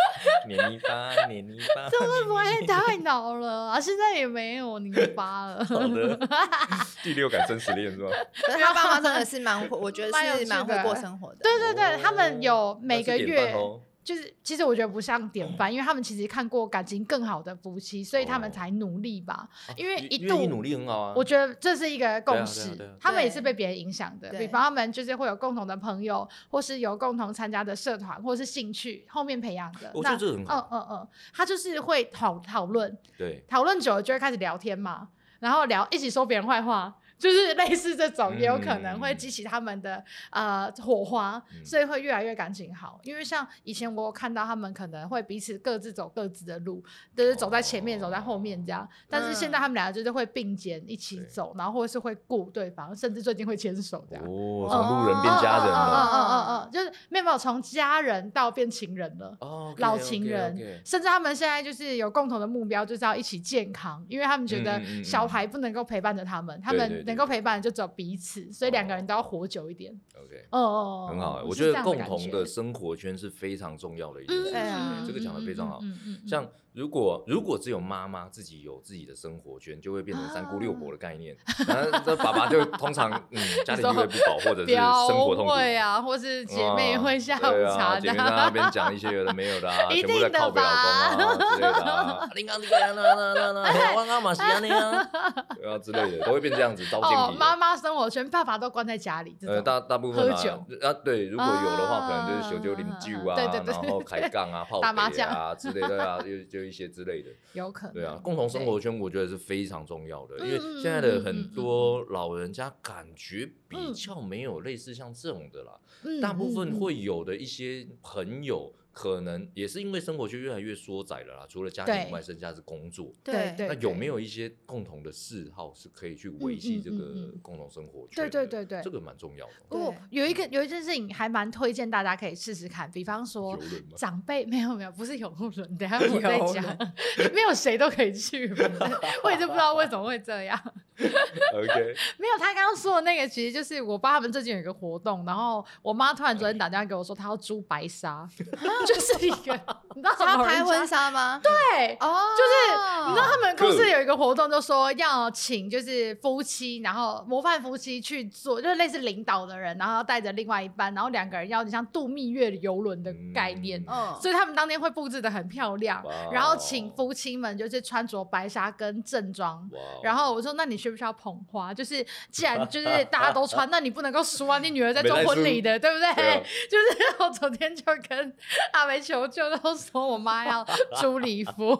[SPEAKER 2] 黏泥巴，
[SPEAKER 3] *laughs*
[SPEAKER 2] 黏泥巴，这会
[SPEAKER 3] 不会太老了啊，现在也没有泥巴了。
[SPEAKER 2] 好的，
[SPEAKER 3] *laughs*
[SPEAKER 2] 第六感真实恋是吧？
[SPEAKER 1] 可是他爸妈真的是蛮会，我觉得
[SPEAKER 3] 蛮有
[SPEAKER 1] 是
[SPEAKER 3] 趣
[SPEAKER 1] 蛮会
[SPEAKER 3] 的欸啊
[SPEAKER 1] 过生活的。
[SPEAKER 2] *laughs*
[SPEAKER 3] 对对对，他们有
[SPEAKER 2] 哦
[SPEAKER 3] 每
[SPEAKER 2] 那是
[SPEAKER 3] 个
[SPEAKER 2] 典
[SPEAKER 3] 月
[SPEAKER 2] 范咯
[SPEAKER 3] 就是其实我觉得不像典范，因为他们其实看过感情更好的夫妻，所以他们
[SPEAKER 2] 哦
[SPEAKER 3] 才努力吧。因为一
[SPEAKER 2] 愿意
[SPEAKER 3] 度
[SPEAKER 2] 努力很好啊。
[SPEAKER 3] 我觉得这是一个
[SPEAKER 2] 对
[SPEAKER 3] 共
[SPEAKER 2] 啊
[SPEAKER 3] 识，
[SPEAKER 2] 对啊
[SPEAKER 3] 他们也是
[SPEAKER 1] 对
[SPEAKER 3] 被别人影响的。
[SPEAKER 1] 对
[SPEAKER 3] 比方他们就是会有共同的朋友，或是有共同参加的社团，或是兴趣，后面培养的。
[SPEAKER 2] 我
[SPEAKER 3] 那
[SPEAKER 2] 觉得哦这个很好
[SPEAKER 3] 嗯嗯嗯，他就是会讨讨论，
[SPEAKER 2] 对，
[SPEAKER 3] 讨论久了就会开始聊天嘛，然后聊一起说别人坏话， *laughs* 就是类似这种，
[SPEAKER 2] 嗯
[SPEAKER 3] 也有可能会激起他们的呃火花，
[SPEAKER 2] 嗯
[SPEAKER 3] 所以会越来越感情好。因为像以前我有看到他们可能会彼此各自走各自的路，就是走在前面，
[SPEAKER 2] 哦
[SPEAKER 3] 走在后面这样。但是现在他们俩就是会并肩一起
[SPEAKER 2] 对
[SPEAKER 3] 走，然后或者是会顾对方，甚至最近会牵手这样。
[SPEAKER 2] 哦，从路人变家人
[SPEAKER 3] 嗯嗯
[SPEAKER 2] 了。
[SPEAKER 3] 嗯嗯嗯，就是没有办法从家人到变情人了。
[SPEAKER 2] 哦，
[SPEAKER 3] 老情人
[SPEAKER 2] OK，OK，OK
[SPEAKER 3] 甚至他们现在就是有共同的目标，就是要一起健康，因为他们觉得
[SPEAKER 2] 嗯嗯嗯嗯
[SPEAKER 3] 小孩不能够陪伴着他们，他
[SPEAKER 2] 对对
[SPEAKER 3] 们
[SPEAKER 2] 对
[SPEAKER 3] 能够陪伴的就只有彼此，所以两个人都要活久一点。
[SPEAKER 2] OK，
[SPEAKER 3] 哦哦，
[SPEAKER 2] 很好欸，
[SPEAKER 3] 哦
[SPEAKER 2] 我
[SPEAKER 3] 是
[SPEAKER 2] 觉
[SPEAKER 3] 这
[SPEAKER 2] 得
[SPEAKER 3] 样的
[SPEAKER 2] 共
[SPEAKER 3] 感
[SPEAKER 2] 同的
[SPEAKER 3] 觉
[SPEAKER 2] 生活圈是非常重要的一件
[SPEAKER 3] 嗯
[SPEAKER 2] 事
[SPEAKER 1] 对
[SPEAKER 2] 情。
[SPEAKER 1] 啊
[SPEAKER 3] 嗯
[SPEAKER 2] 这个讲得非常好
[SPEAKER 3] 嗯嗯嗯嗯
[SPEAKER 2] 像如果如果只有妈妈自己有自己的生活圈，就会变成三姑六婆的概
[SPEAKER 3] 啊
[SPEAKER 2] 念，然
[SPEAKER 3] *laughs*
[SPEAKER 2] 后这爸爸就通常嗯家庭地位不保，或者是
[SPEAKER 3] 表
[SPEAKER 2] 生活痛苦
[SPEAKER 3] 会啊，或是姐妹会下午茶
[SPEAKER 2] 啊对
[SPEAKER 3] 的
[SPEAKER 2] 啊姐妹在那
[SPEAKER 3] *laughs*
[SPEAKER 2] 边讲一些有的没有的啊，全
[SPEAKER 3] 一
[SPEAKER 2] 部
[SPEAKER 3] 定
[SPEAKER 2] 在
[SPEAKER 3] 的
[SPEAKER 2] 靠北老
[SPEAKER 3] 吧
[SPEAKER 2] 公啊之类的
[SPEAKER 3] *laughs*
[SPEAKER 2] 啊，你刚你刚那那那那，我刚马西亚那样，
[SPEAKER 3] *laughs*
[SPEAKER 2] 对啊之类的，都会变这样子，刀剑
[SPEAKER 3] 哦，
[SPEAKER 2] 底的。
[SPEAKER 3] 妈妈生活圈，爸爸都关在家里，这
[SPEAKER 2] 呃，
[SPEAKER 3] 种
[SPEAKER 2] 大大部分
[SPEAKER 3] 喝
[SPEAKER 2] 啊
[SPEAKER 3] 酒
[SPEAKER 2] 啊，对，如果有的话，可能就是
[SPEAKER 3] 啊
[SPEAKER 2] 酒酒零酒啊，
[SPEAKER 3] 对对对
[SPEAKER 2] 然后开杠啊、泡
[SPEAKER 3] 打麻
[SPEAKER 2] 杯啊之类的
[SPEAKER 3] *laughs*
[SPEAKER 2] 啊，就就一些之类的，
[SPEAKER 3] 有可能
[SPEAKER 2] 对啊，共同生活圈我觉得是非常重要的，因为
[SPEAKER 3] 嗯嗯
[SPEAKER 2] 现在
[SPEAKER 3] 嗯
[SPEAKER 2] 的
[SPEAKER 3] 嗯
[SPEAKER 2] 很
[SPEAKER 3] 嗯
[SPEAKER 2] 多老人家感觉比
[SPEAKER 3] 嗯
[SPEAKER 2] 较没有类似像这种的啦，
[SPEAKER 3] 对
[SPEAKER 2] 大部
[SPEAKER 3] 嗯嗯
[SPEAKER 2] 分
[SPEAKER 3] 嗯
[SPEAKER 2] 会有的一些朋友，可能也是因为生活圈越来越缩窄了啦，除了家
[SPEAKER 3] 对
[SPEAKER 2] 庭以外，剩下是工作。
[SPEAKER 3] 对对
[SPEAKER 2] 那有没有一些共同的嗜好是可以去维
[SPEAKER 3] 嗯嗯
[SPEAKER 2] 系这
[SPEAKER 3] 嗯
[SPEAKER 2] 个
[SPEAKER 3] 嗯
[SPEAKER 2] 共同生活圈
[SPEAKER 3] 对
[SPEAKER 2] 的？
[SPEAKER 3] 对对对
[SPEAKER 2] 这个蛮重要的。
[SPEAKER 3] 不过哦有一个有一件事情还蛮推荐大家可以试试看，比方说
[SPEAKER 2] 游轮吗
[SPEAKER 3] 长辈没有没有不是游轮，等一
[SPEAKER 2] *laughs*
[SPEAKER 3] 下我再
[SPEAKER 1] 游
[SPEAKER 3] 讲，没有谁都可以去吧，我也是不知道为什么会
[SPEAKER 2] *laughs*
[SPEAKER 3] 这样。 *laughs*
[SPEAKER 2] OK，
[SPEAKER 3] 没有，他刚刚说的那个其实就是我爸他们最近有一个活动，然后我妈突然昨天打电话给我说她要租白纱，
[SPEAKER 2] *laughs*
[SPEAKER 3] 就是一个你知道
[SPEAKER 1] 他
[SPEAKER 3] 老人
[SPEAKER 1] 拍
[SPEAKER 3] 家
[SPEAKER 1] 婚纱吗？
[SPEAKER 2] 欸
[SPEAKER 3] 对啊
[SPEAKER 1] 哦，
[SPEAKER 3] 就是你知道他们公司
[SPEAKER 2] Good
[SPEAKER 3] 有一个活动，就说要请就是夫妻，然后模范夫妻去做，就是类似领导的人，然后带着另外一半，然后两个人要有点像度蜜月游轮的概念。
[SPEAKER 2] 嗯
[SPEAKER 1] 嗯，
[SPEAKER 3] 所以他们当天会布置的很漂亮
[SPEAKER 2] 哇哦
[SPEAKER 3] 然后请夫妻们就是穿着白纱跟正装。
[SPEAKER 2] 哇哦
[SPEAKER 3] 然后我说：“那你需不需要捧花？就是既然
[SPEAKER 2] *laughs*
[SPEAKER 3] 就是大家都穿，那你不能够输啊！你女儿在做
[SPEAKER 2] 没在输
[SPEAKER 3] 婚礼的，对不对？
[SPEAKER 2] 对啊
[SPEAKER 3] *laughs* 就是我昨天就跟阿梅求救，都说我妈要租礼服，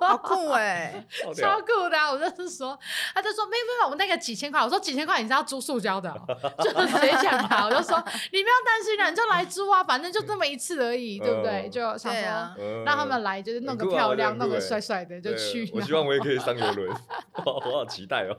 [SPEAKER 1] 好酷哎，
[SPEAKER 2] 好屌
[SPEAKER 3] 超酷的啊、我就是说，他就说没有没有，我那个几千块，我说几千块你是要租塑胶的、哦，
[SPEAKER 2] *laughs*
[SPEAKER 3] 就直接讲他，我就说你不要担心了，你就来租啊，反正就这么一次而已，对不对？
[SPEAKER 2] 嗯
[SPEAKER 3] 就 *laughs* 想
[SPEAKER 1] 对
[SPEAKER 3] 说、
[SPEAKER 1] 啊
[SPEAKER 2] 嗯
[SPEAKER 3] 让他们来，就是弄个
[SPEAKER 2] 很酷啊
[SPEAKER 3] 漂
[SPEAKER 2] 我觉得
[SPEAKER 3] 亮，
[SPEAKER 2] 很酷哎
[SPEAKER 3] 弄个
[SPEAKER 2] 欸
[SPEAKER 3] 帅帅的就
[SPEAKER 2] 对
[SPEAKER 3] 去。
[SPEAKER 2] 啊我希望我也可以上
[SPEAKER 3] *laughs*
[SPEAKER 2] 游轮，哇我好期待哦！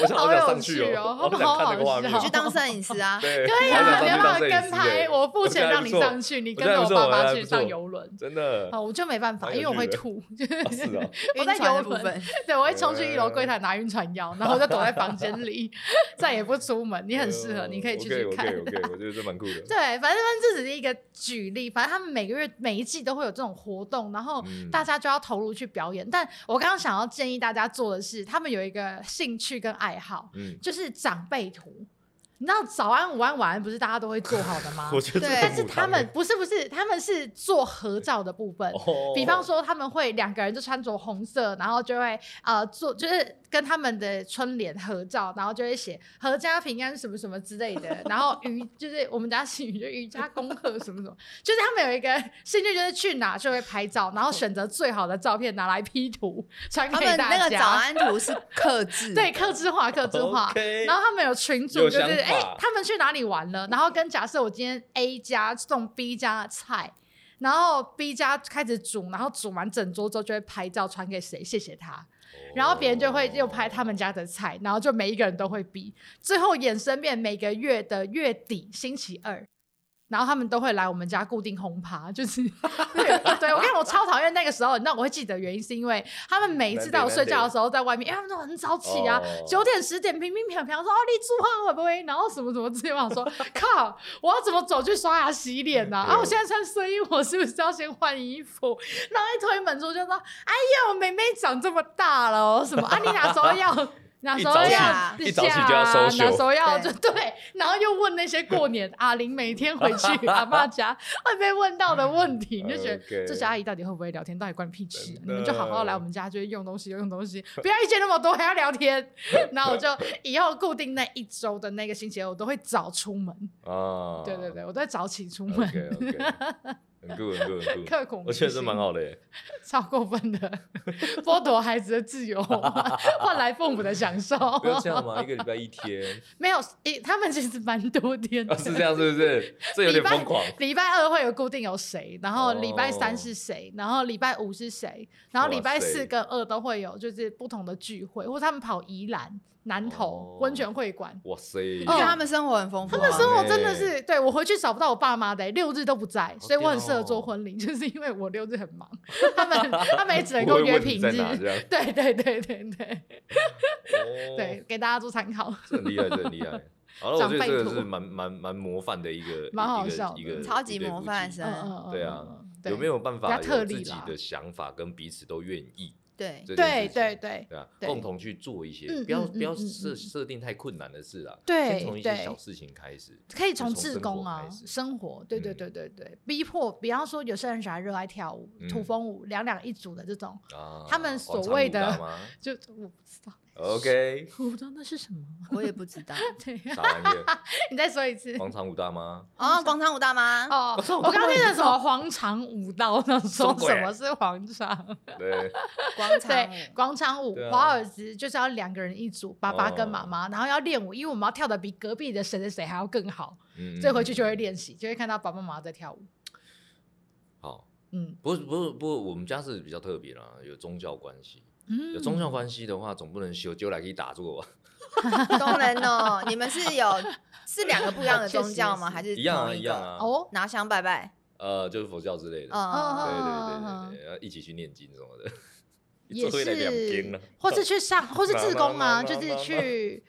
[SPEAKER 2] 我想
[SPEAKER 3] 好
[SPEAKER 2] 好想
[SPEAKER 3] 有
[SPEAKER 2] 上去
[SPEAKER 3] 趣哦
[SPEAKER 2] 好想看那个画面？
[SPEAKER 3] 好
[SPEAKER 1] 你
[SPEAKER 3] 好
[SPEAKER 1] 去
[SPEAKER 3] 笑。
[SPEAKER 1] 当摄影师啊
[SPEAKER 2] 对，
[SPEAKER 3] *laughs* 可以
[SPEAKER 2] 好
[SPEAKER 3] 啊，
[SPEAKER 2] 想
[SPEAKER 3] 你要
[SPEAKER 2] 上
[SPEAKER 3] 不
[SPEAKER 2] 去当摄影
[SPEAKER 3] 要跟哎
[SPEAKER 2] 师欸
[SPEAKER 3] 拍？我付
[SPEAKER 2] 我觉
[SPEAKER 3] 钱
[SPEAKER 2] 得还
[SPEAKER 3] 让
[SPEAKER 2] 不
[SPEAKER 3] 你
[SPEAKER 2] 错
[SPEAKER 3] 上去，你
[SPEAKER 2] 我觉
[SPEAKER 3] 跟
[SPEAKER 2] 得
[SPEAKER 3] 着
[SPEAKER 2] 还
[SPEAKER 3] 我
[SPEAKER 2] 不错我觉得
[SPEAKER 3] 爸妈
[SPEAKER 2] 还
[SPEAKER 3] 去
[SPEAKER 2] 不
[SPEAKER 3] 上
[SPEAKER 2] 错
[SPEAKER 3] 游轮。
[SPEAKER 2] 真
[SPEAKER 3] *laughs*
[SPEAKER 2] 的
[SPEAKER 3] 啊，我就没办法，
[SPEAKER 2] 蛮
[SPEAKER 3] 因
[SPEAKER 2] 有
[SPEAKER 3] 为我会
[SPEAKER 2] 趣的
[SPEAKER 3] 吐，就是
[SPEAKER 2] 啊 *laughs* 是哦
[SPEAKER 3] 我在
[SPEAKER 1] 晕船
[SPEAKER 3] 游
[SPEAKER 1] 的部
[SPEAKER 3] 轮
[SPEAKER 1] 分，
[SPEAKER 3] 对，我会冲去一楼柜台拿晕船药，然后我就躲在房间里，再也不出门。 *laughs* 你很适合，你可以去去看。
[SPEAKER 2] 嗯 OK OK，我觉得这蛮酷
[SPEAKER 3] *laughs*
[SPEAKER 2] 的。
[SPEAKER 3] 对，反正这只是一个举例，反正他们每个月每一季都会有这种活动，然后
[SPEAKER 2] 嗯
[SPEAKER 3] 哦大家就要投入去表演。但我刚刚想要建议大家做的是，他们有一个兴趣跟爱好， *laughs*
[SPEAKER 2] 嗯，？
[SPEAKER 3] 就是长辈图。你知道早安、午安、晚安不是大家都会做好的吗
[SPEAKER 2] *laughs* 我觉得这
[SPEAKER 1] 对
[SPEAKER 2] 很
[SPEAKER 3] 但是
[SPEAKER 2] 母汤
[SPEAKER 3] 他们
[SPEAKER 2] 欸，
[SPEAKER 3] 不是不是，他们是做合照的部分。
[SPEAKER 2] 哦
[SPEAKER 3] 比方说，他们会两个人就穿着红色，然后就会呃做，就是跟他们的春联合照，然后就会写“阖家平安”什么什么之类的。 *laughs* 然后瑜就是我们家姓瑜，就瑜伽功课什么什么，就是他们有一个兴趣，就是去哪就会拍照，然后选择最好的照片拿来 P 图传
[SPEAKER 1] 他
[SPEAKER 3] 给
[SPEAKER 1] 们
[SPEAKER 3] 大家。
[SPEAKER 1] 那个早安图是克制，
[SPEAKER 3] 对，客制化，客制化。
[SPEAKER 2] OK
[SPEAKER 3] 然后他们有群主，
[SPEAKER 2] 有
[SPEAKER 3] 就是
[SPEAKER 2] 想
[SPEAKER 3] 哎、
[SPEAKER 2] 法
[SPEAKER 3] 他们去哪里玩了？然后跟假设我今天 A 家送 B 家的菜，然后 B 家开始煮，然后煮完整桌之后就会拍照传给谁，谢谢他。
[SPEAKER 2] 哦
[SPEAKER 3] 然后别人就会又拍他们家的菜，然后就每一个人都会比，最后衍生变每个月的月底星期二。然后他们都会来我们家固定轰趴，就是
[SPEAKER 2] *laughs*
[SPEAKER 3] 对对，我跟你讲，我超讨厌那个时候。那我会记得原因是因为他们每一次在我睡觉的时候在外面，因为他们都很早起啊
[SPEAKER 2] 哦，
[SPEAKER 3] 九点十点乒乒乓乓说哦你住好会不会，然后什么什么之类的，我想
[SPEAKER 2] *laughs*
[SPEAKER 3] 说靠，我要怎么走去刷牙洗脸呢、啊？
[SPEAKER 2] 嗯对
[SPEAKER 3] 啊，我现在穿睡衣，我是不是要先换衣服？
[SPEAKER 2] *laughs*
[SPEAKER 3] 然后一推门出去就说，哎呀，我妹妹长这么大了哦，什么啊？你哪时候要？哪
[SPEAKER 2] 一
[SPEAKER 3] 时
[SPEAKER 2] 早
[SPEAKER 3] 候
[SPEAKER 2] 起
[SPEAKER 3] 要
[SPEAKER 2] 一早起就要
[SPEAKER 3] 下
[SPEAKER 2] social
[SPEAKER 3] 哪时候要就
[SPEAKER 1] 对
[SPEAKER 3] 对，然后又问那些过年阿玲每天回去阿妈家会被问到的问题，你就
[SPEAKER 2] *laughs* 啊
[SPEAKER 3] 觉得
[SPEAKER 2] OK
[SPEAKER 3] 这些阿姨到底会不会聊天，到底关你屁事啊、
[SPEAKER 2] 真的
[SPEAKER 3] 你们就好好来我们家，就是用东西用东西，不要意见那么多，还要聊
[SPEAKER 2] *laughs*
[SPEAKER 3] 天。然后我就以后固定那一周的那个星期二，我都会早出门。
[SPEAKER 2] 啊，
[SPEAKER 3] 对对对，我都会早起出门，
[SPEAKER 2] ，OK OK，很酷很酷
[SPEAKER 3] *laughs*
[SPEAKER 2] 很酷，
[SPEAKER 3] 刻苦
[SPEAKER 2] 我觉得这蛮
[SPEAKER 3] 好。
[SPEAKER 2] 好的耶，
[SPEAKER 3] 超过分的，剥夺孩子的自由，啊换来父母的享受。
[SPEAKER 2] 不要这样嘛，一个礼拜一 *laughs* 天，
[SPEAKER 3] 没有，诶，他们其实蛮多天的。
[SPEAKER 2] 啊是这样是不是？这有点疯狂，
[SPEAKER 3] 礼拜二会有固定有谁，然后
[SPEAKER 2] 哦
[SPEAKER 3] 礼拜三是谁，然后礼拜五是谁，然后礼拜
[SPEAKER 2] 哇
[SPEAKER 3] 四
[SPEAKER 2] 塞
[SPEAKER 3] 跟二都会有就是不同的聚会，或者他们跑宜兰、南投
[SPEAKER 2] 哦
[SPEAKER 3] 温泉会馆。
[SPEAKER 2] 哇塞，
[SPEAKER 1] 我觉得
[SPEAKER 3] 哦
[SPEAKER 1] 他们生活很丰富
[SPEAKER 3] 他
[SPEAKER 1] 啊，
[SPEAKER 3] 们生活
[SPEAKER 2] 呢
[SPEAKER 3] 真的是，对我回去找不到我爸妈的、六日都不在，所以我很适合
[SPEAKER 2] 屌哦
[SPEAKER 3] 做婚礼，就是因为我六日很忙，他们他们也只能
[SPEAKER 2] 不
[SPEAKER 3] 够
[SPEAKER 2] 会
[SPEAKER 3] 约
[SPEAKER 2] 问你
[SPEAKER 3] 平
[SPEAKER 2] 在
[SPEAKER 3] 日。
[SPEAKER 2] 哪这
[SPEAKER 3] *laughs*
[SPEAKER 2] 样，
[SPEAKER 3] 对对对对对。
[SPEAKER 2] 哦
[SPEAKER 3] 对，，给大家做参考。
[SPEAKER 2] 这很厉害，这很厉害。好了，我
[SPEAKER 3] 长
[SPEAKER 2] 觉得
[SPEAKER 3] 辈
[SPEAKER 2] 这个
[SPEAKER 3] 图
[SPEAKER 2] 是蛮蛮蛮模范的一个，
[SPEAKER 3] 蛮好
[SPEAKER 2] 一个
[SPEAKER 3] 笑的
[SPEAKER 2] 一个
[SPEAKER 1] 超级
[SPEAKER 2] 一对
[SPEAKER 1] 模
[SPEAKER 2] 夫
[SPEAKER 1] 范
[SPEAKER 2] 妻
[SPEAKER 1] 生
[SPEAKER 2] 对啊
[SPEAKER 3] 嗯
[SPEAKER 2] 有没？有办
[SPEAKER 3] 比
[SPEAKER 2] 法
[SPEAKER 3] 较特
[SPEAKER 2] 有自
[SPEAKER 3] 例
[SPEAKER 2] 己
[SPEAKER 3] 啦
[SPEAKER 2] 的想法跟彼此都愿意
[SPEAKER 1] 对
[SPEAKER 2] 这件
[SPEAKER 3] 对
[SPEAKER 2] 事情？
[SPEAKER 3] 对对
[SPEAKER 2] 对啊，
[SPEAKER 3] 对
[SPEAKER 2] 共同去做一些
[SPEAKER 3] 嗯，
[SPEAKER 2] 不要
[SPEAKER 3] 嗯
[SPEAKER 2] 不要
[SPEAKER 3] 嗯嗯
[SPEAKER 2] 设
[SPEAKER 3] 嗯
[SPEAKER 2] 设定太困难的事啊，
[SPEAKER 3] 对
[SPEAKER 2] 先从一些
[SPEAKER 3] 对
[SPEAKER 2] 小事情开始，
[SPEAKER 3] 可以
[SPEAKER 2] 就
[SPEAKER 3] 从
[SPEAKER 2] 从
[SPEAKER 3] 自
[SPEAKER 2] 生
[SPEAKER 3] 工
[SPEAKER 2] 活
[SPEAKER 3] 啊
[SPEAKER 2] 开，始
[SPEAKER 3] 生活，对对
[SPEAKER 2] 嗯
[SPEAKER 3] 对对对，逼迫，比方说有些人喜欢热爱跳舞，土
[SPEAKER 2] 嗯
[SPEAKER 3] 风舞，两两一组的这种，
[SPEAKER 2] 啊，
[SPEAKER 3] 他们所
[SPEAKER 2] 广场
[SPEAKER 3] 谓
[SPEAKER 2] 舞蹈
[SPEAKER 3] 的
[SPEAKER 2] 吗
[SPEAKER 3] 就我不知道， *laughs*
[SPEAKER 2] ，OK，
[SPEAKER 3] 我不知道那是什么。
[SPEAKER 1] 我也不知
[SPEAKER 3] *laughs*
[SPEAKER 1] 道。
[SPEAKER 3] 对，
[SPEAKER 2] 啥玩意儿？
[SPEAKER 3] 你再说一次。
[SPEAKER 2] 广场舞大妈，
[SPEAKER 1] 哦，广场舞大妈，
[SPEAKER 3] 哦，我刚听的什么广场舞蹈，那说
[SPEAKER 2] 么鬼啊
[SPEAKER 3] 什么是广场？ *laughs*
[SPEAKER 2] 对，嗯
[SPEAKER 1] 广场舞，
[SPEAKER 3] 对，广场舞
[SPEAKER 2] 对，啊
[SPEAKER 3] 华尔兹就是要两个人一组，爸爸跟妈
[SPEAKER 2] 哦
[SPEAKER 3] 妈，然后要练舞，因为我们要跳的比隔壁的谁谁谁还要更好，
[SPEAKER 2] 嗯，
[SPEAKER 3] 所以回去就
[SPEAKER 2] 嗯。
[SPEAKER 3] 会练习，就会看到爸爸妈妈在跳舞。
[SPEAKER 2] 好，
[SPEAKER 3] 嗯
[SPEAKER 2] 不是不是不是，我们家是比较特别啦，有宗教关系，
[SPEAKER 3] 嗯，
[SPEAKER 2] 有宗教关系的话，总不能修就来给打坐吧？
[SPEAKER 1] 当然哦，你们是有是两个不一样的宗
[SPEAKER 2] *laughs*
[SPEAKER 1] 教吗？还是
[SPEAKER 2] 一样啊
[SPEAKER 1] 同
[SPEAKER 2] 一
[SPEAKER 1] 个
[SPEAKER 2] 样啊，
[SPEAKER 3] 哦，
[SPEAKER 1] 拿香拜拜，
[SPEAKER 2] 呃，就是佛教之类的，啊对
[SPEAKER 1] 嗯，
[SPEAKER 2] 对对对对，要一起去念经什么的，
[SPEAKER 3] 也
[SPEAKER 2] 做一两边
[SPEAKER 3] 是
[SPEAKER 2] 啊，
[SPEAKER 3] 或是去上，或是
[SPEAKER 2] 妈
[SPEAKER 3] 自
[SPEAKER 2] 妈 *laughs*
[SPEAKER 3] 工
[SPEAKER 2] 妈
[SPEAKER 3] 啊，就是
[SPEAKER 2] 妈妈
[SPEAKER 3] 去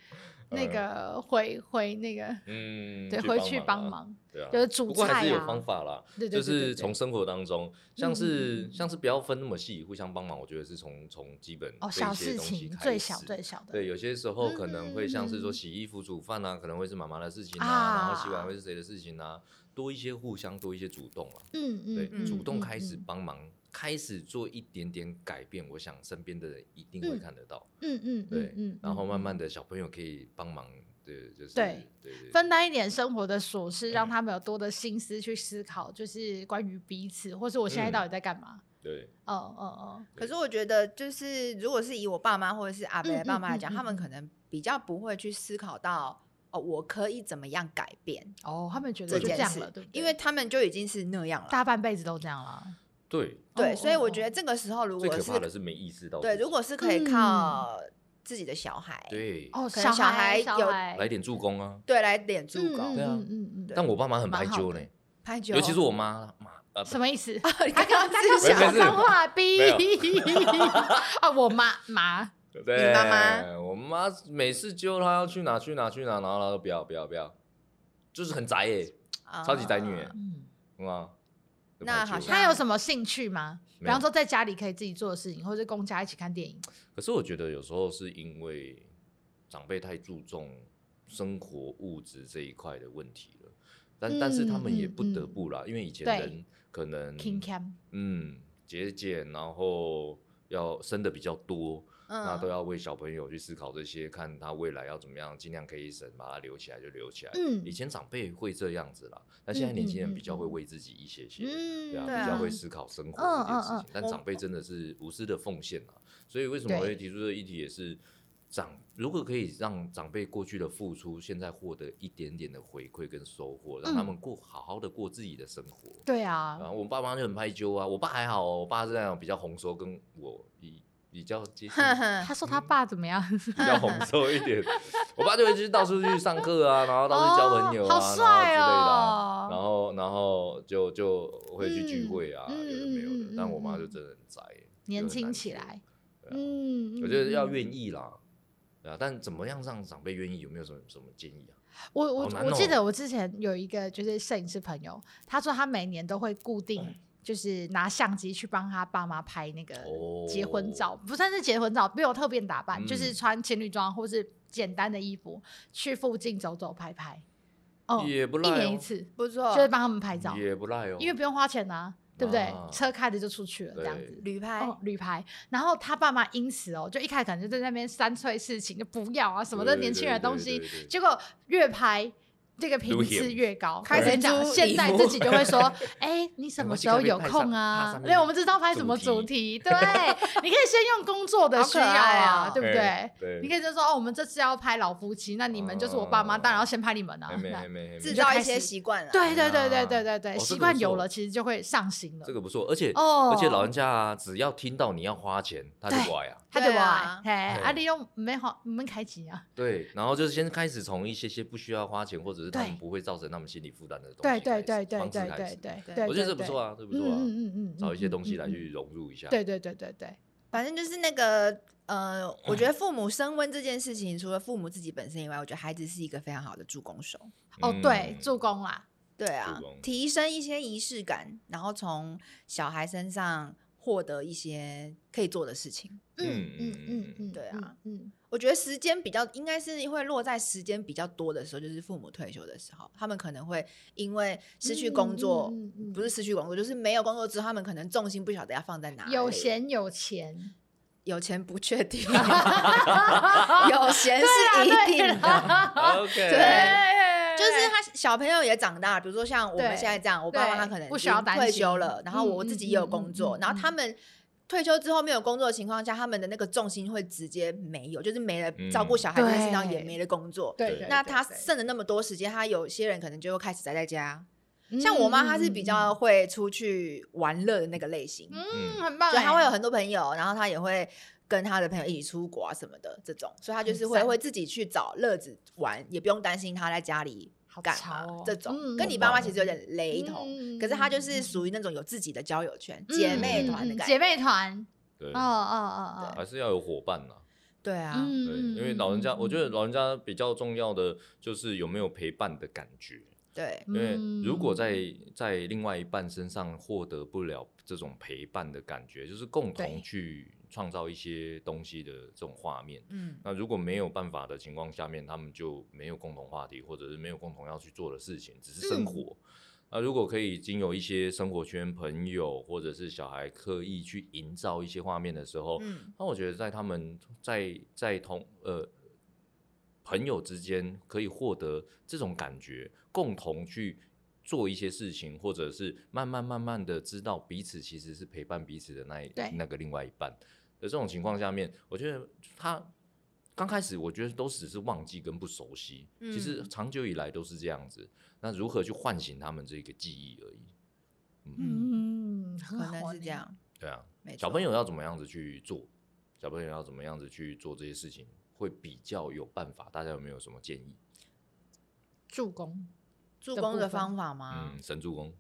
[SPEAKER 3] 那个回回那个，
[SPEAKER 2] 嗯，
[SPEAKER 3] 对，回去帮
[SPEAKER 2] 忙啊，
[SPEAKER 3] 忙，
[SPEAKER 2] 对啊，
[SPEAKER 3] 就是煮
[SPEAKER 2] 不过还
[SPEAKER 3] 菜
[SPEAKER 2] 是有
[SPEAKER 3] 啊
[SPEAKER 2] 方法啦，
[SPEAKER 3] 对对对
[SPEAKER 2] 就
[SPEAKER 3] 对
[SPEAKER 2] 是
[SPEAKER 3] 对
[SPEAKER 2] 从生活当中，像
[SPEAKER 3] 嗯嗯
[SPEAKER 2] 是
[SPEAKER 3] 嗯
[SPEAKER 2] 像是不要分那么细，互相帮忙，我觉得是从从基本
[SPEAKER 3] 哦，
[SPEAKER 2] 这
[SPEAKER 3] 小
[SPEAKER 2] 一些
[SPEAKER 3] 事
[SPEAKER 2] 东西
[SPEAKER 3] 情
[SPEAKER 2] 开
[SPEAKER 3] 最小
[SPEAKER 2] 始
[SPEAKER 3] 最小的，
[SPEAKER 2] 对，有些时候可能会像是
[SPEAKER 3] 嗯嗯嗯
[SPEAKER 2] 说
[SPEAKER 3] 嗯
[SPEAKER 2] 洗衣服、煮饭啊，可能会是妈妈的事情
[SPEAKER 3] 啊
[SPEAKER 2] 啊，然后洗碗会是谁的事情啊，多一些互相，多一些主动啊，
[SPEAKER 3] 嗯嗯，
[SPEAKER 2] 对，
[SPEAKER 3] 嗯
[SPEAKER 2] 主动
[SPEAKER 3] 嗯
[SPEAKER 2] 开始
[SPEAKER 3] 嗯
[SPEAKER 2] 帮忙，开始做一点点改变，我想身边的人一定会
[SPEAKER 3] 嗯
[SPEAKER 2] 看得到，
[SPEAKER 3] 嗯嗯，
[SPEAKER 2] 对
[SPEAKER 3] 嗯嗯，
[SPEAKER 2] 然后慢慢
[SPEAKER 3] 的
[SPEAKER 2] 的小朋友可以帮忙，对，就是
[SPEAKER 3] 对
[SPEAKER 2] 对对
[SPEAKER 3] 分担一点生活的琐事，让他们有多的心思去思考，就是关于彼此，或是我现
[SPEAKER 2] 嗯
[SPEAKER 3] 在到底在干嘛？
[SPEAKER 2] 对，
[SPEAKER 3] 哦哦
[SPEAKER 1] 可是我觉得，就是如果是以我爸妈或者是阿伯的
[SPEAKER 3] 嗯
[SPEAKER 1] 爸妈来
[SPEAKER 3] 嗯
[SPEAKER 1] 讲，
[SPEAKER 3] 嗯
[SPEAKER 1] 他们
[SPEAKER 3] 嗯
[SPEAKER 1] 可能比较不会去思考到哦，我可以怎么样改变
[SPEAKER 3] 哦哦，他们觉
[SPEAKER 1] 这
[SPEAKER 3] 得就这
[SPEAKER 1] 件
[SPEAKER 3] 样了，
[SPEAKER 1] 事
[SPEAKER 3] 对不，对？
[SPEAKER 1] 因为他们就已经是那样了。
[SPEAKER 3] 大半辈子都这样了。
[SPEAKER 2] 对，
[SPEAKER 1] 对，
[SPEAKER 3] 哦
[SPEAKER 1] 所以我觉得
[SPEAKER 3] 哦
[SPEAKER 1] 这个时候如
[SPEAKER 2] 最
[SPEAKER 1] 果
[SPEAKER 2] 可
[SPEAKER 1] 是
[SPEAKER 2] 怕的是没意识到自己。
[SPEAKER 1] 对，如果是可以靠自己的小孩，
[SPEAKER 2] 对
[SPEAKER 3] 哦，
[SPEAKER 1] 可能小
[SPEAKER 3] 孩
[SPEAKER 1] 孩有
[SPEAKER 2] 来点助攻啊，
[SPEAKER 1] 对来点助攻
[SPEAKER 2] 对，啊
[SPEAKER 3] 嗯嗯嗯嗯，
[SPEAKER 2] 但我爸妈很
[SPEAKER 3] 蛮
[SPEAKER 2] 排
[SPEAKER 3] 好
[SPEAKER 2] 揪
[SPEAKER 3] 的
[SPEAKER 2] 呢，
[SPEAKER 1] 拍球，
[SPEAKER 2] 尤其是我妈妈呃，
[SPEAKER 3] 什么意思？ *laughs*
[SPEAKER 1] 啊，你刚刚
[SPEAKER 3] 他刚
[SPEAKER 1] 是
[SPEAKER 2] 没没
[SPEAKER 1] 想
[SPEAKER 3] 讲
[SPEAKER 2] 事
[SPEAKER 3] 脏话逼
[SPEAKER 2] 没有
[SPEAKER 3] *laughs* 啊！我妈妈
[SPEAKER 2] 对，
[SPEAKER 1] 你妈妈
[SPEAKER 2] 我妈每次揪她要去哪去哪去哪，然后她说不要不要不要，就是很宅耶，超级宅女耶，
[SPEAKER 3] 嗯，
[SPEAKER 2] 嗯啊，就排
[SPEAKER 1] 啊那好
[SPEAKER 2] 揪
[SPEAKER 1] 像
[SPEAKER 3] 她有什么兴趣吗？比
[SPEAKER 2] 没有
[SPEAKER 3] 方说在家里可以自己做的事情，或者跟家一起看电影。
[SPEAKER 2] 可是我觉得有时候是因为长辈太注重生活物质这一块的问题了，但、但是他们也
[SPEAKER 3] 嗯嗯
[SPEAKER 2] 不得
[SPEAKER 3] 嗯
[SPEAKER 2] 不啦，因为以前
[SPEAKER 3] 对
[SPEAKER 2] 人可能
[SPEAKER 3] King Cam，
[SPEAKER 2] 嗯节俭，然后要生的比较多，那都
[SPEAKER 1] *laughs* 嗯，
[SPEAKER 2] 要为小朋友去思考这些，看他未来要怎么样，尽量可以省，把它留起来就留起来。
[SPEAKER 3] 嗯
[SPEAKER 2] 以前长辈会这样子啦，但现在
[SPEAKER 3] 嗯
[SPEAKER 2] 年
[SPEAKER 3] 嗯
[SPEAKER 2] 轻人
[SPEAKER 3] 嗯
[SPEAKER 2] 比较会
[SPEAKER 3] 嗯
[SPEAKER 2] 为自己一些些，
[SPEAKER 3] 嗯
[SPEAKER 2] 对啊，
[SPEAKER 1] 对
[SPEAKER 2] 比较
[SPEAKER 1] 啊
[SPEAKER 2] 会思考生活这件事情。
[SPEAKER 3] 嗯嗯嗯
[SPEAKER 2] 但
[SPEAKER 1] 我
[SPEAKER 2] 长辈真的是无私的奉献啊，所以为什么
[SPEAKER 3] 对
[SPEAKER 2] 会提出这个议题，也是长如果可以让长辈过去的付出，现在获得一点点的回馈跟收获，让他
[SPEAKER 3] 嗯
[SPEAKER 2] 们过好好的过自己的生活。
[SPEAKER 3] 对啊，
[SPEAKER 2] 啊，我爸妈就很拍揪啊，我爸还好哦，我爸是那种比较红说，跟我比比较接近
[SPEAKER 3] *laughs* 他说他爸怎么样？
[SPEAKER 2] *laughs* 比较红瘦一点。我爸就会去到处去上课啊，然后到处交朋友啊，
[SPEAKER 3] 哦好帅
[SPEAKER 2] 然后之类的、啊。
[SPEAKER 3] 哦。
[SPEAKER 2] 然后，然后就就会去聚会啊，
[SPEAKER 3] 嗯
[SPEAKER 2] 有的没有
[SPEAKER 3] 嗯嗯
[SPEAKER 2] 的
[SPEAKER 3] 嗯。
[SPEAKER 2] 但我妈
[SPEAKER 3] 嗯
[SPEAKER 2] 就真的很宅，
[SPEAKER 3] 年
[SPEAKER 2] 就很
[SPEAKER 3] 轻
[SPEAKER 2] 难
[SPEAKER 3] 起
[SPEAKER 2] 揪
[SPEAKER 3] 来。
[SPEAKER 2] 对啊
[SPEAKER 3] 嗯，
[SPEAKER 2] 我觉得要
[SPEAKER 3] 意。
[SPEAKER 2] 愿意啦，对啊。但怎么样让长辈愿意？有没有什么什么建议啊？
[SPEAKER 3] 我我、
[SPEAKER 2] 好难
[SPEAKER 3] 我记
[SPEAKER 2] 哦嗯
[SPEAKER 3] 得我之前有一个就是摄影师朋友，他说他每年都会固定就是拿相机去帮他爸妈拍那个
[SPEAKER 2] 哦
[SPEAKER 3] 结婚照，不算是结婚照，没有特别打扮，
[SPEAKER 2] 嗯
[SPEAKER 3] 就是穿情侣装或是简单的衣服去附近走走拍拍。哦，
[SPEAKER 2] 也不
[SPEAKER 3] 一
[SPEAKER 2] 赖
[SPEAKER 3] 年一
[SPEAKER 2] 哦，
[SPEAKER 3] 次，
[SPEAKER 1] 不错，
[SPEAKER 3] 就是帮他们拍照，
[SPEAKER 2] 也不赖哦，
[SPEAKER 3] 因为不用花钱啊，对不对？
[SPEAKER 2] 啊
[SPEAKER 3] 车开着就出去了，这样
[SPEAKER 2] 对
[SPEAKER 3] 子。
[SPEAKER 1] 旅拍
[SPEAKER 3] 哦，旅拍，然后他爸妈因此哦，就一开始可能就在那边三催四请，就不要啊什么的
[SPEAKER 2] 对
[SPEAKER 3] 年轻人的
[SPEAKER 2] 对
[SPEAKER 3] 东
[SPEAKER 2] 对
[SPEAKER 3] 西
[SPEAKER 2] 对对，
[SPEAKER 3] 结果越拍这个频
[SPEAKER 2] 越
[SPEAKER 3] 次
[SPEAKER 2] 严
[SPEAKER 3] 越高。
[SPEAKER 1] 开
[SPEAKER 3] 我跟
[SPEAKER 1] 始
[SPEAKER 3] 你讲，
[SPEAKER 1] 租
[SPEAKER 3] 现在
[SPEAKER 1] 礼服
[SPEAKER 3] 自己就会说，哎，你什
[SPEAKER 2] 没
[SPEAKER 3] 么
[SPEAKER 2] 关系
[SPEAKER 3] 时
[SPEAKER 2] *laughs*
[SPEAKER 3] 候
[SPEAKER 2] 可以
[SPEAKER 3] 有
[SPEAKER 2] 拍
[SPEAKER 3] 空
[SPEAKER 2] 上
[SPEAKER 3] 啊
[SPEAKER 2] 拍？上
[SPEAKER 3] 因为我们知道拍
[SPEAKER 2] 主
[SPEAKER 3] 什么主题，对，你可以先用工作的
[SPEAKER 1] 好
[SPEAKER 3] 需
[SPEAKER 1] 可
[SPEAKER 3] 要
[SPEAKER 1] 爱
[SPEAKER 3] 啊
[SPEAKER 1] 哦，
[SPEAKER 3] 对不对
[SPEAKER 2] 哎？对，
[SPEAKER 3] 你可以就说哦，我们这次要拍老夫妻，那你们就是我爸妈，
[SPEAKER 2] 哦
[SPEAKER 3] 当然要先拍你们啊
[SPEAKER 2] 还。没
[SPEAKER 3] 那
[SPEAKER 2] 还没还
[SPEAKER 1] 制
[SPEAKER 2] 没，
[SPEAKER 1] 造一些习惯了。
[SPEAKER 3] 对对对对
[SPEAKER 2] 啊
[SPEAKER 3] 对对对，
[SPEAKER 2] 哦这
[SPEAKER 3] 习
[SPEAKER 2] 个
[SPEAKER 3] 惯
[SPEAKER 2] 不
[SPEAKER 3] 有
[SPEAKER 2] 错
[SPEAKER 3] 了，其实就会上心了。
[SPEAKER 2] 这个不错，而且
[SPEAKER 3] 哦
[SPEAKER 2] 而且老人家啊，只要听到你要花钱，他就
[SPEAKER 3] 对
[SPEAKER 2] 乖啊，
[SPEAKER 3] 他就不
[SPEAKER 1] 对
[SPEAKER 3] 爱
[SPEAKER 1] 啊，
[SPEAKER 3] 嘿，啊，
[SPEAKER 2] 嘿
[SPEAKER 3] 你又没好没开机啊？
[SPEAKER 2] 对，然后就是先开始从一些些不需要花钱，或者是他
[SPEAKER 3] 对
[SPEAKER 2] 们不会造成他们心理负担的东
[SPEAKER 3] 对
[SPEAKER 2] 西开
[SPEAKER 3] 对
[SPEAKER 2] 始，
[SPEAKER 3] 对对
[SPEAKER 2] 方式
[SPEAKER 3] 对
[SPEAKER 2] 开
[SPEAKER 3] 对
[SPEAKER 2] 始
[SPEAKER 3] 对
[SPEAKER 1] 对
[SPEAKER 3] 对，
[SPEAKER 2] 我觉得这不错
[SPEAKER 3] 啊，
[SPEAKER 2] 啊，这不
[SPEAKER 3] 嗯
[SPEAKER 2] 错啊，
[SPEAKER 3] 嗯嗯嗯，
[SPEAKER 2] 找一些东西来
[SPEAKER 3] 嗯。嗯嗯
[SPEAKER 2] 去融入一下，
[SPEAKER 3] 对对对对对，
[SPEAKER 1] 反正就是那个呃，我
[SPEAKER 2] 嗯
[SPEAKER 1] 觉得父母升温这件事情，除了父母自己本身以外，我觉得孩子是一个非常好的助攻手。
[SPEAKER 3] 哦
[SPEAKER 2] 嗯
[SPEAKER 3] 对，助攻啦，
[SPEAKER 1] 对啊
[SPEAKER 2] 助攻，
[SPEAKER 1] 提升一些仪式感，然后从小孩身上获得一些可以做的事情。
[SPEAKER 3] 嗯嗯
[SPEAKER 2] 嗯
[SPEAKER 3] 嗯
[SPEAKER 2] 嗯
[SPEAKER 3] 嗯，
[SPEAKER 1] 对啊
[SPEAKER 3] 嗯，
[SPEAKER 1] 我觉得时间比较应该是会落在时间比较多的时候，就是父母退休的时候，他们可能会因为失去工作，
[SPEAKER 3] 嗯嗯嗯嗯
[SPEAKER 1] 不是失去工作，就是没有工作之后，他们可能重心不晓得要放在哪
[SPEAKER 3] 嗯
[SPEAKER 1] 里。
[SPEAKER 3] 有闲
[SPEAKER 1] *laughs*
[SPEAKER 3] 有钱，
[SPEAKER 1] 有钱不确
[SPEAKER 3] *laughs*
[SPEAKER 1] 定，有闲
[SPEAKER 3] 啊
[SPEAKER 1] 是一定的。
[SPEAKER 2] ，OK，
[SPEAKER 1] 啊 *laughs* 对就
[SPEAKER 3] 就是
[SPEAKER 1] 他小朋友也长大，比如说像我
[SPEAKER 3] 对
[SPEAKER 1] 们现在这样，我爸妈他可能
[SPEAKER 3] 不需要
[SPEAKER 1] 已经
[SPEAKER 3] 担
[SPEAKER 1] 退
[SPEAKER 3] 心
[SPEAKER 1] 休了，然后
[SPEAKER 3] 嗯
[SPEAKER 1] 我自
[SPEAKER 3] 嗯
[SPEAKER 1] 己也有
[SPEAKER 3] 嗯
[SPEAKER 1] 工
[SPEAKER 3] 嗯
[SPEAKER 1] 作，
[SPEAKER 3] 嗯
[SPEAKER 1] 然后他
[SPEAKER 3] 嗯
[SPEAKER 1] 们退休之后没有工作的情况下，他们的那个重心会直接没有，就是没了照顾
[SPEAKER 2] 嗯
[SPEAKER 1] 小孩这件事，然后也
[SPEAKER 3] 对
[SPEAKER 1] 没了工作。
[SPEAKER 3] 对
[SPEAKER 2] 对
[SPEAKER 3] 对，
[SPEAKER 1] 那
[SPEAKER 3] 对
[SPEAKER 1] 他
[SPEAKER 3] 对
[SPEAKER 1] 剩了那么多时间，他有些人可能就开始宅在家。像我妈，她是比较，会出去玩乐的那个类型，
[SPEAKER 3] 嗯
[SPEAKER 1] 就
[SPEAKER 3] 嗯，嗯
[SPEAKER 2] 嗯
[SPEAKER 3] 很棒欸，
[SPEAKER 1] 她会有很多朋友，然后她也会跟她的朋友一起出国啊什么的这种，所以她就是
[SPEAKER 3] 很
[SPEAKER 1] 会
[SPEAKER 3] 赞
[SPEAKER 1] 会自己去找乐子玩，也不用担心她在家里
[SPEAKER 3] 好
[SPEAKER 1] 干
[SPEAKER 3] 潮
[SPEAKER 1] 嘛
[SPEAKER 3] 哦
[SPEAKER 1] 这种
[SPEAKER 3] 嗯，
[SPEAKER 1] 跟你爸妈其实有点雷同，
[SPEAKER 3] 嗯
[SPEAKER 1] 可是她就是
[SPEAKER 3] 嗯
[SPEAKER 1] 属于那种有自己的交友圈、
[SPEAKER 3] 嗯
[SPEAKER 1] 姐妹
[SPEAKER 3] 嗯
[SPEAKER 1] 团的
[SPEAKER 3] 嗯
[SPEAKER 1] 感觉，
[SPEAKER 3] 姐妹团，
[SPEAKER 2] 对
[SPEAKER 3] 哦，哦哦哦，
[SPEAKER 2] 还是要有伙伴呐，
[SPEAKER 1] 对啊，
[SPEAKER 3] 嗯
[SPEAKER 2] 对，因为老人家，我觉，得
[SPEAKER 3] 嗯嗯嗯
[SPEAKER 2] 老人家比较重要的就是有没有陪伴的感觉。
[SPEAKER 1] 对
[SPEAKER 2] 因为如果在
[SPEAKER 3] 嗯
[SPEAKER 2] 在另外一半身上获得不了这种陪伴的感觉，就是共
[SPEAKER 3] 对
[SPEAKER 2] 同去创造一些东西的这种画面。
[SPEAKER 1] 嗯，
[SPEAKER 2] 那如果没有办法的情况下面，他们就没有共同话题，或者是没有共同要去做的事情，只是生活。那如果可以经由一些生活圈、朋友或者是小孩刻意去营造一些画面的时候，
[SPEAKER 1] 嗯
[SPEAKER 2] 那我觉得在他们在在同呃朋友之间可以获得这种感觉，共同去做一些事情，或者是慢慢慢慢的知道彼此其实是陪伴彼此的那一
[SPEAKER 3] 对
[SPEAKER 2] 那个另外一半的这种情况下面，我觉得他。刚开始我觉得都只是忘记跟不熟悉，其实
[SPEAKER 1] 嗯
[SPEAKER 2] 长久以来都是这样子。那如何去唤醒他们这个记忆而已？
[SPEAKER 1] 嗯，
[SPEAKER 3] 嗯，
[SPEAKER 1] 可
[SPEAKER 3] 很
[SPEAKER 1] 能
[SPEAKER 3] 好
[SPEAKER 1] 是
[SPEAKER 3] 呢
[SPEAKER 1] 这，样，
[SPEAKER 2] 对啊，
[SPEAKER 1] 没错
[SPEAKER 2] 小朋友要怎么样子去做，小朋友要怎么样子去做这些事情，会比较有办法。大家有没有什么建议？
[SPEAKER 3] 助攻，
[SPEAKER 1] 助
[SPEAKER 3] 的
[SPEAKER 1] 攻
[SPEAKER 3] 部
[SPEAKER 1] 的
[SPEAKER 3] 分
[SPEAKER 1] 方法吗？
[SPEAKER 2] 嗯，神助攻，
[SPEAKER 3] 啊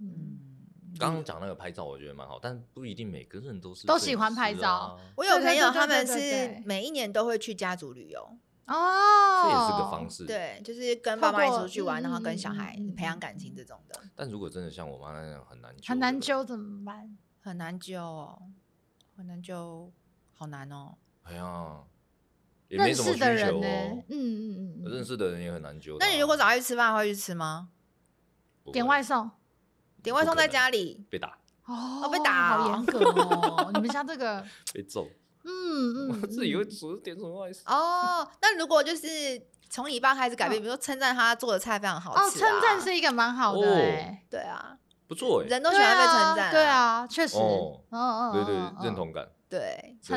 [SPEAKER 3] 嗯。
[SPEAKER 1] 嗯，
[SPEAKER 2] 刚刚讲那个拍照，我觉得蛮好，但不一定每个人都是
[SPEAKER 3] 都
[SPEAKER 2] 摄
[SPEAKER 3] 喜
[SPEAKER 2] 影
[SPEAKER 3] 欢拍
[SPEAKER 2] 师
[SPEAKER 3] 照
[SPEAKER 2] 啊
[SPEAKER 1] 我有
[SPEAKER 3] 对对
[SPEAKER 1] 朋友
[SPEAKER 3] 对
[SPEAKER 1] 他
[SPEAKER 3] 对
[SPEAKER 1] 们
[SPEAKER 3] 对对
[SPEAKER 1] 是每一年都会去家族旅游，
[SPEAKER 3] 哦，
[SPEAKER 2] 这也是个方式。，
[SPEAKER 1] 对，就是跟
[SPEAKER 3] 透
[SPEAKER 1] 爸妈一起
[SPEAKER 3] 过
[SPEAKER 1] 出去玩，然后
[SPEAKER 3] 嗯
[SPEAKER 1] 跟
[SPEAKER 3] 嗯
[SPEAKER 1] 小
[SPEAKER 3] 嗯
[SPEAKER 1] 孩
[SPEAKER 3] 嗯
[SPEAKER 1] 培养
[SPEAKER 3] 嗯
[SPEAKER 1] 感情
[SPEAKER 3] 嗯
[SPEAKER 1] 这种的，
[SPEAKER 2] 但如果真的像我妈那样，很难
[SPEAKER 3] 很难
[SPEAKER 2] 这个。
[SPEAKER 3] 揪怎么办？
[SPEAKER 1] 很难揪哦，很难揪，好难哦。
[SPEAKER 2] 哎呀，也没
[SPEAKER 3] 认
[SPEAKER 2] 什么
[SPEAKER 3] 识
[SPEAKER 2] 需
[SPEAKER 3] 的人
[SPEAKER 2] 求
[SPEAKER 3] 呢、
[SPEAKER 2] 哦
[SPEAKER 3] 嗯。嗯嗯嗯，
[SPEAKER 2] 认识的人也很难揪他。
[SPEAKER 1] 那你如果找他去吃饭，会去吃吗？
[SPEAKER 2] 不会
[SPEAKER 3] 点外送
[SPEAKER 1] 点外
[SPEAKER 2] 不
[SPEAKER 1] 送
[SPEAKER 2] 可
[SPEAKER 1] 在
[SPEAKER 2] 能
[SPEAKER 1] 家里，
[SPEAKER 2] 被打
[SPEAKER 3] 哦
[SPEAKER 1] 哦被打
[SPEAKER 3] 好
[SPEAKER 1] 哦
[SPEAKER 3] 严格哦！你们家这
[SPEAKER 2] *laughs*
[SPEAKER 3] 个，
[SPEAKER 2] 被揍，
[SPEAKER 3] 嗯
[SPEAKER 2] 我
[SPEAKER 3] 嗯，
[SPEAKER 2] 自己
[SPEAKER 3] 嗯
[SPEAKER 2] 会煮点什么外送？
[SPEAKER 1] 哦，那如果就是从你爸开始改变，比如说称赞他做的菜非常好
[SPEAKER 3] 嗯哦，
[SPEAKER 1] 吃、
[SPEAKER 3] 称
[SPEAKER 1] 啊，
[SPEAKER 3] 赞是一个蛮好的
[SPEAKER 2] 哦
[SPEAKER 3] 哎、
[SPEAKER 1] 对啊，
[SPEAKER 2] 不错哎，
[SPEAKER 1] 人都喜欢被称赞、
[SPEAKER 3] 对，啊，确实，
[SPEAKER 2] 哦
[SPEAKER 3] 嗯嗯，
[SPEAKER 2] 对对
[SPEAKER 3] 嗯，
[SPEAKER 2] 认，同感。
[SPEAKER 1] 对。
[SPEAKER 2] 对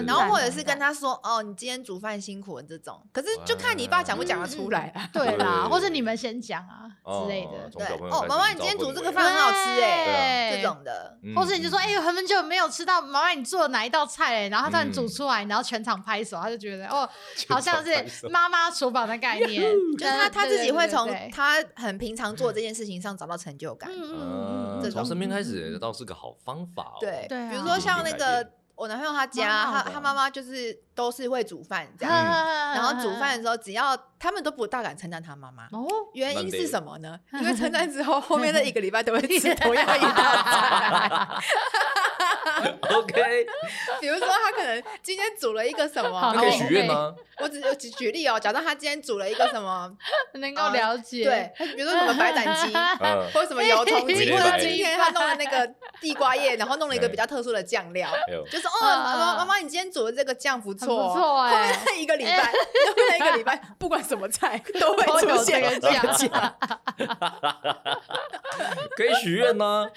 [SPEAKER 1] 然后或者是
[SPEAKER 3] 称
[SPEAKER 1] 跟
[SPEAKER 3] 赞
[SPEAKER 1] 他说，哦，你今天煮饭辛苦了这种，可是就看你爸讲不讲得出来啊。
[SPEAKER 3] 嗯对啦，
[SPEAKER 2] 对
[SPEAKER 3] 或者你们先讲啊之类的
[SPEAKER 2] 哦，从
[SPEAKER 1] 对，
[SPEAKER 2] 小朋友
[SPEAKER 1] 哦
[SPEAKER 2] 开，始
[SPEAKER 1] 妈妈，
[SPEAKER 2] 营
[SPEAKER 1] 你
[SPEAKER 2] 造
[SPEAKER 1] 今天
[SPEAKER 2] 氛
[SPEAKER 1] 煮这
[SPEAKER 2] 围
[SPEAKER 1] 个饭很好吃哎、
[SPEAKER 3] 哎，
[SPEAKER 1] 这种的，
[SPEAKER 2] 嗯
[SPEAKER 3] 或者你就说，
[SPEAKER 2] 嗯 *laughs*
[SPEAKER 3] 哎、我很久没有吃到妈妈你做的哪一道菜嘞，然后他突然煮
[SPEAKER 2] 嗯
[SPEAKER 3] 出来，然后全场拍手，他就觉得哦，
[SPEAKER 2] *laughs* 全
[SPEAKER 3] 好像
[SPEAKER 2] 场拍
[SPEAKER 3] 是
[SPEAKER 2] 手
[SPEAKER 3] 妈妈厨房的概念，
[SPEAKER 1] 就是他他自己会从
[SPEAKER 3] 对对对对
[SPEAKER 1] 他很平常做这件事情上找到成就感。
[SPEAKER 3] 嗯嗯嗯嗯
[SPEAKER 2] 嗯
[SPEAKER 3] 嗯，
[SPEAKER 1] 这
[SPEAKER 2] 从
[SPEAKER 1] 种
[SPEAKER 2] 身边开始倒是个好方法哦。
[SPEAKER 1] 对，
[SPEAKER 3] 对啊
[SPEAKER 1] 比如说像那
[SPEAKER 2] 改
[SPEAKER 1] 个
[SPEAKER 2] 变
[SPEAKER 1] 我男朋友他家，
[SPEAKER 3] 蛮好
[SPEAKER 1] 他
[SPEAKER 3] 的哦
[SPEAKER 1] 他妈妈就是都是会煮饭
[SPEAKER 2] 嗯
[SPEAKER 3] *laughs*
[SPEAKER 1] 这样，然
[SPEAKER 3] 然
[SPEAKER 1] 后煮饭的时候，只要他们都不大敢称赞他妈妈。
[SPEAKER 3] 嗯哦，
[SPEAKER 1] 原
[SPEAKER 2] 慢
[SPEAKER 1] 因
[SPEAKER 2] 点
[SPEAKER 1] 是什么
[SPEAKER 3] *laughs*
[SPEAKER 1] 呢？因为称赞之后，后面那一个礼拜都会吃同样一道
[SPEAKER 3] *laughs*
[SPEAKER 1] 菜。
[SPEAKER 3] *laughs*
[SPEAKER 2] OK，
[SPEAKER 1] 比如说，他可能今天煮了一个什么
[SPEAKER 3] 好，
[SPEAKER 2] 那可以许愿吗？
[SPEAKER 1] 我只我只举例哦，假设他今天煮了一个什
[SPEAKER 3] *laughs*
[SPEAKER 1] 么，
[SPEAKER 3] 能够了解，
[SPEAKER 1] 对，他比如说什么白
[SPEAKER 3] *laughs*
[SPEAKER 1] 斩鸡，
[SPEAKER 2] 嗯，
[SPEAKER 1] 或者什么油葱
[SPEAKER 2] 对
[SPEAKER 1] 鸡，
[SPEAKER 2] 对
[SPEAKER 1] 或者
[SPEAKER 2] 对
[SPEAKER 1] 今天他弄了那个地瓜叶，然后弄了一个比较特殊的酱料，
[SPEAKER 2] 哎呦，
[SPEAKER 1] 就是哦，
[SPEAKER 3] 嗯
[SPEAKER 1] 妈妈
[SPEAKER 3] 嗯
[SPEAKER 1] 妈妈，你今天煮的这个酱不
[SPEAKER 3] 很
[SPEAKER 1] 错
[SPEAKER 3] 不
[SPEAKER 1] 哦，
[SPEAKER 3] 错
[SPEAKER 1] 后
[SPEAKER 3] 哎
[SPEAKER 1] 面，那一个礼拜，后面那一个礼拜，不管什么菜都会
[SPEAKER 3] 都有
[SPEAKER 1] 出现
[SPEAKER 3] 这个
[SPEAKER 1] 这个
[SPEAKER 3] 酱
[SPEAKER 1] 酱。
[SPEAKER 2] 可以许愿
[SPEAKER 3] *laughs*
[SPEAKER 2] 吗？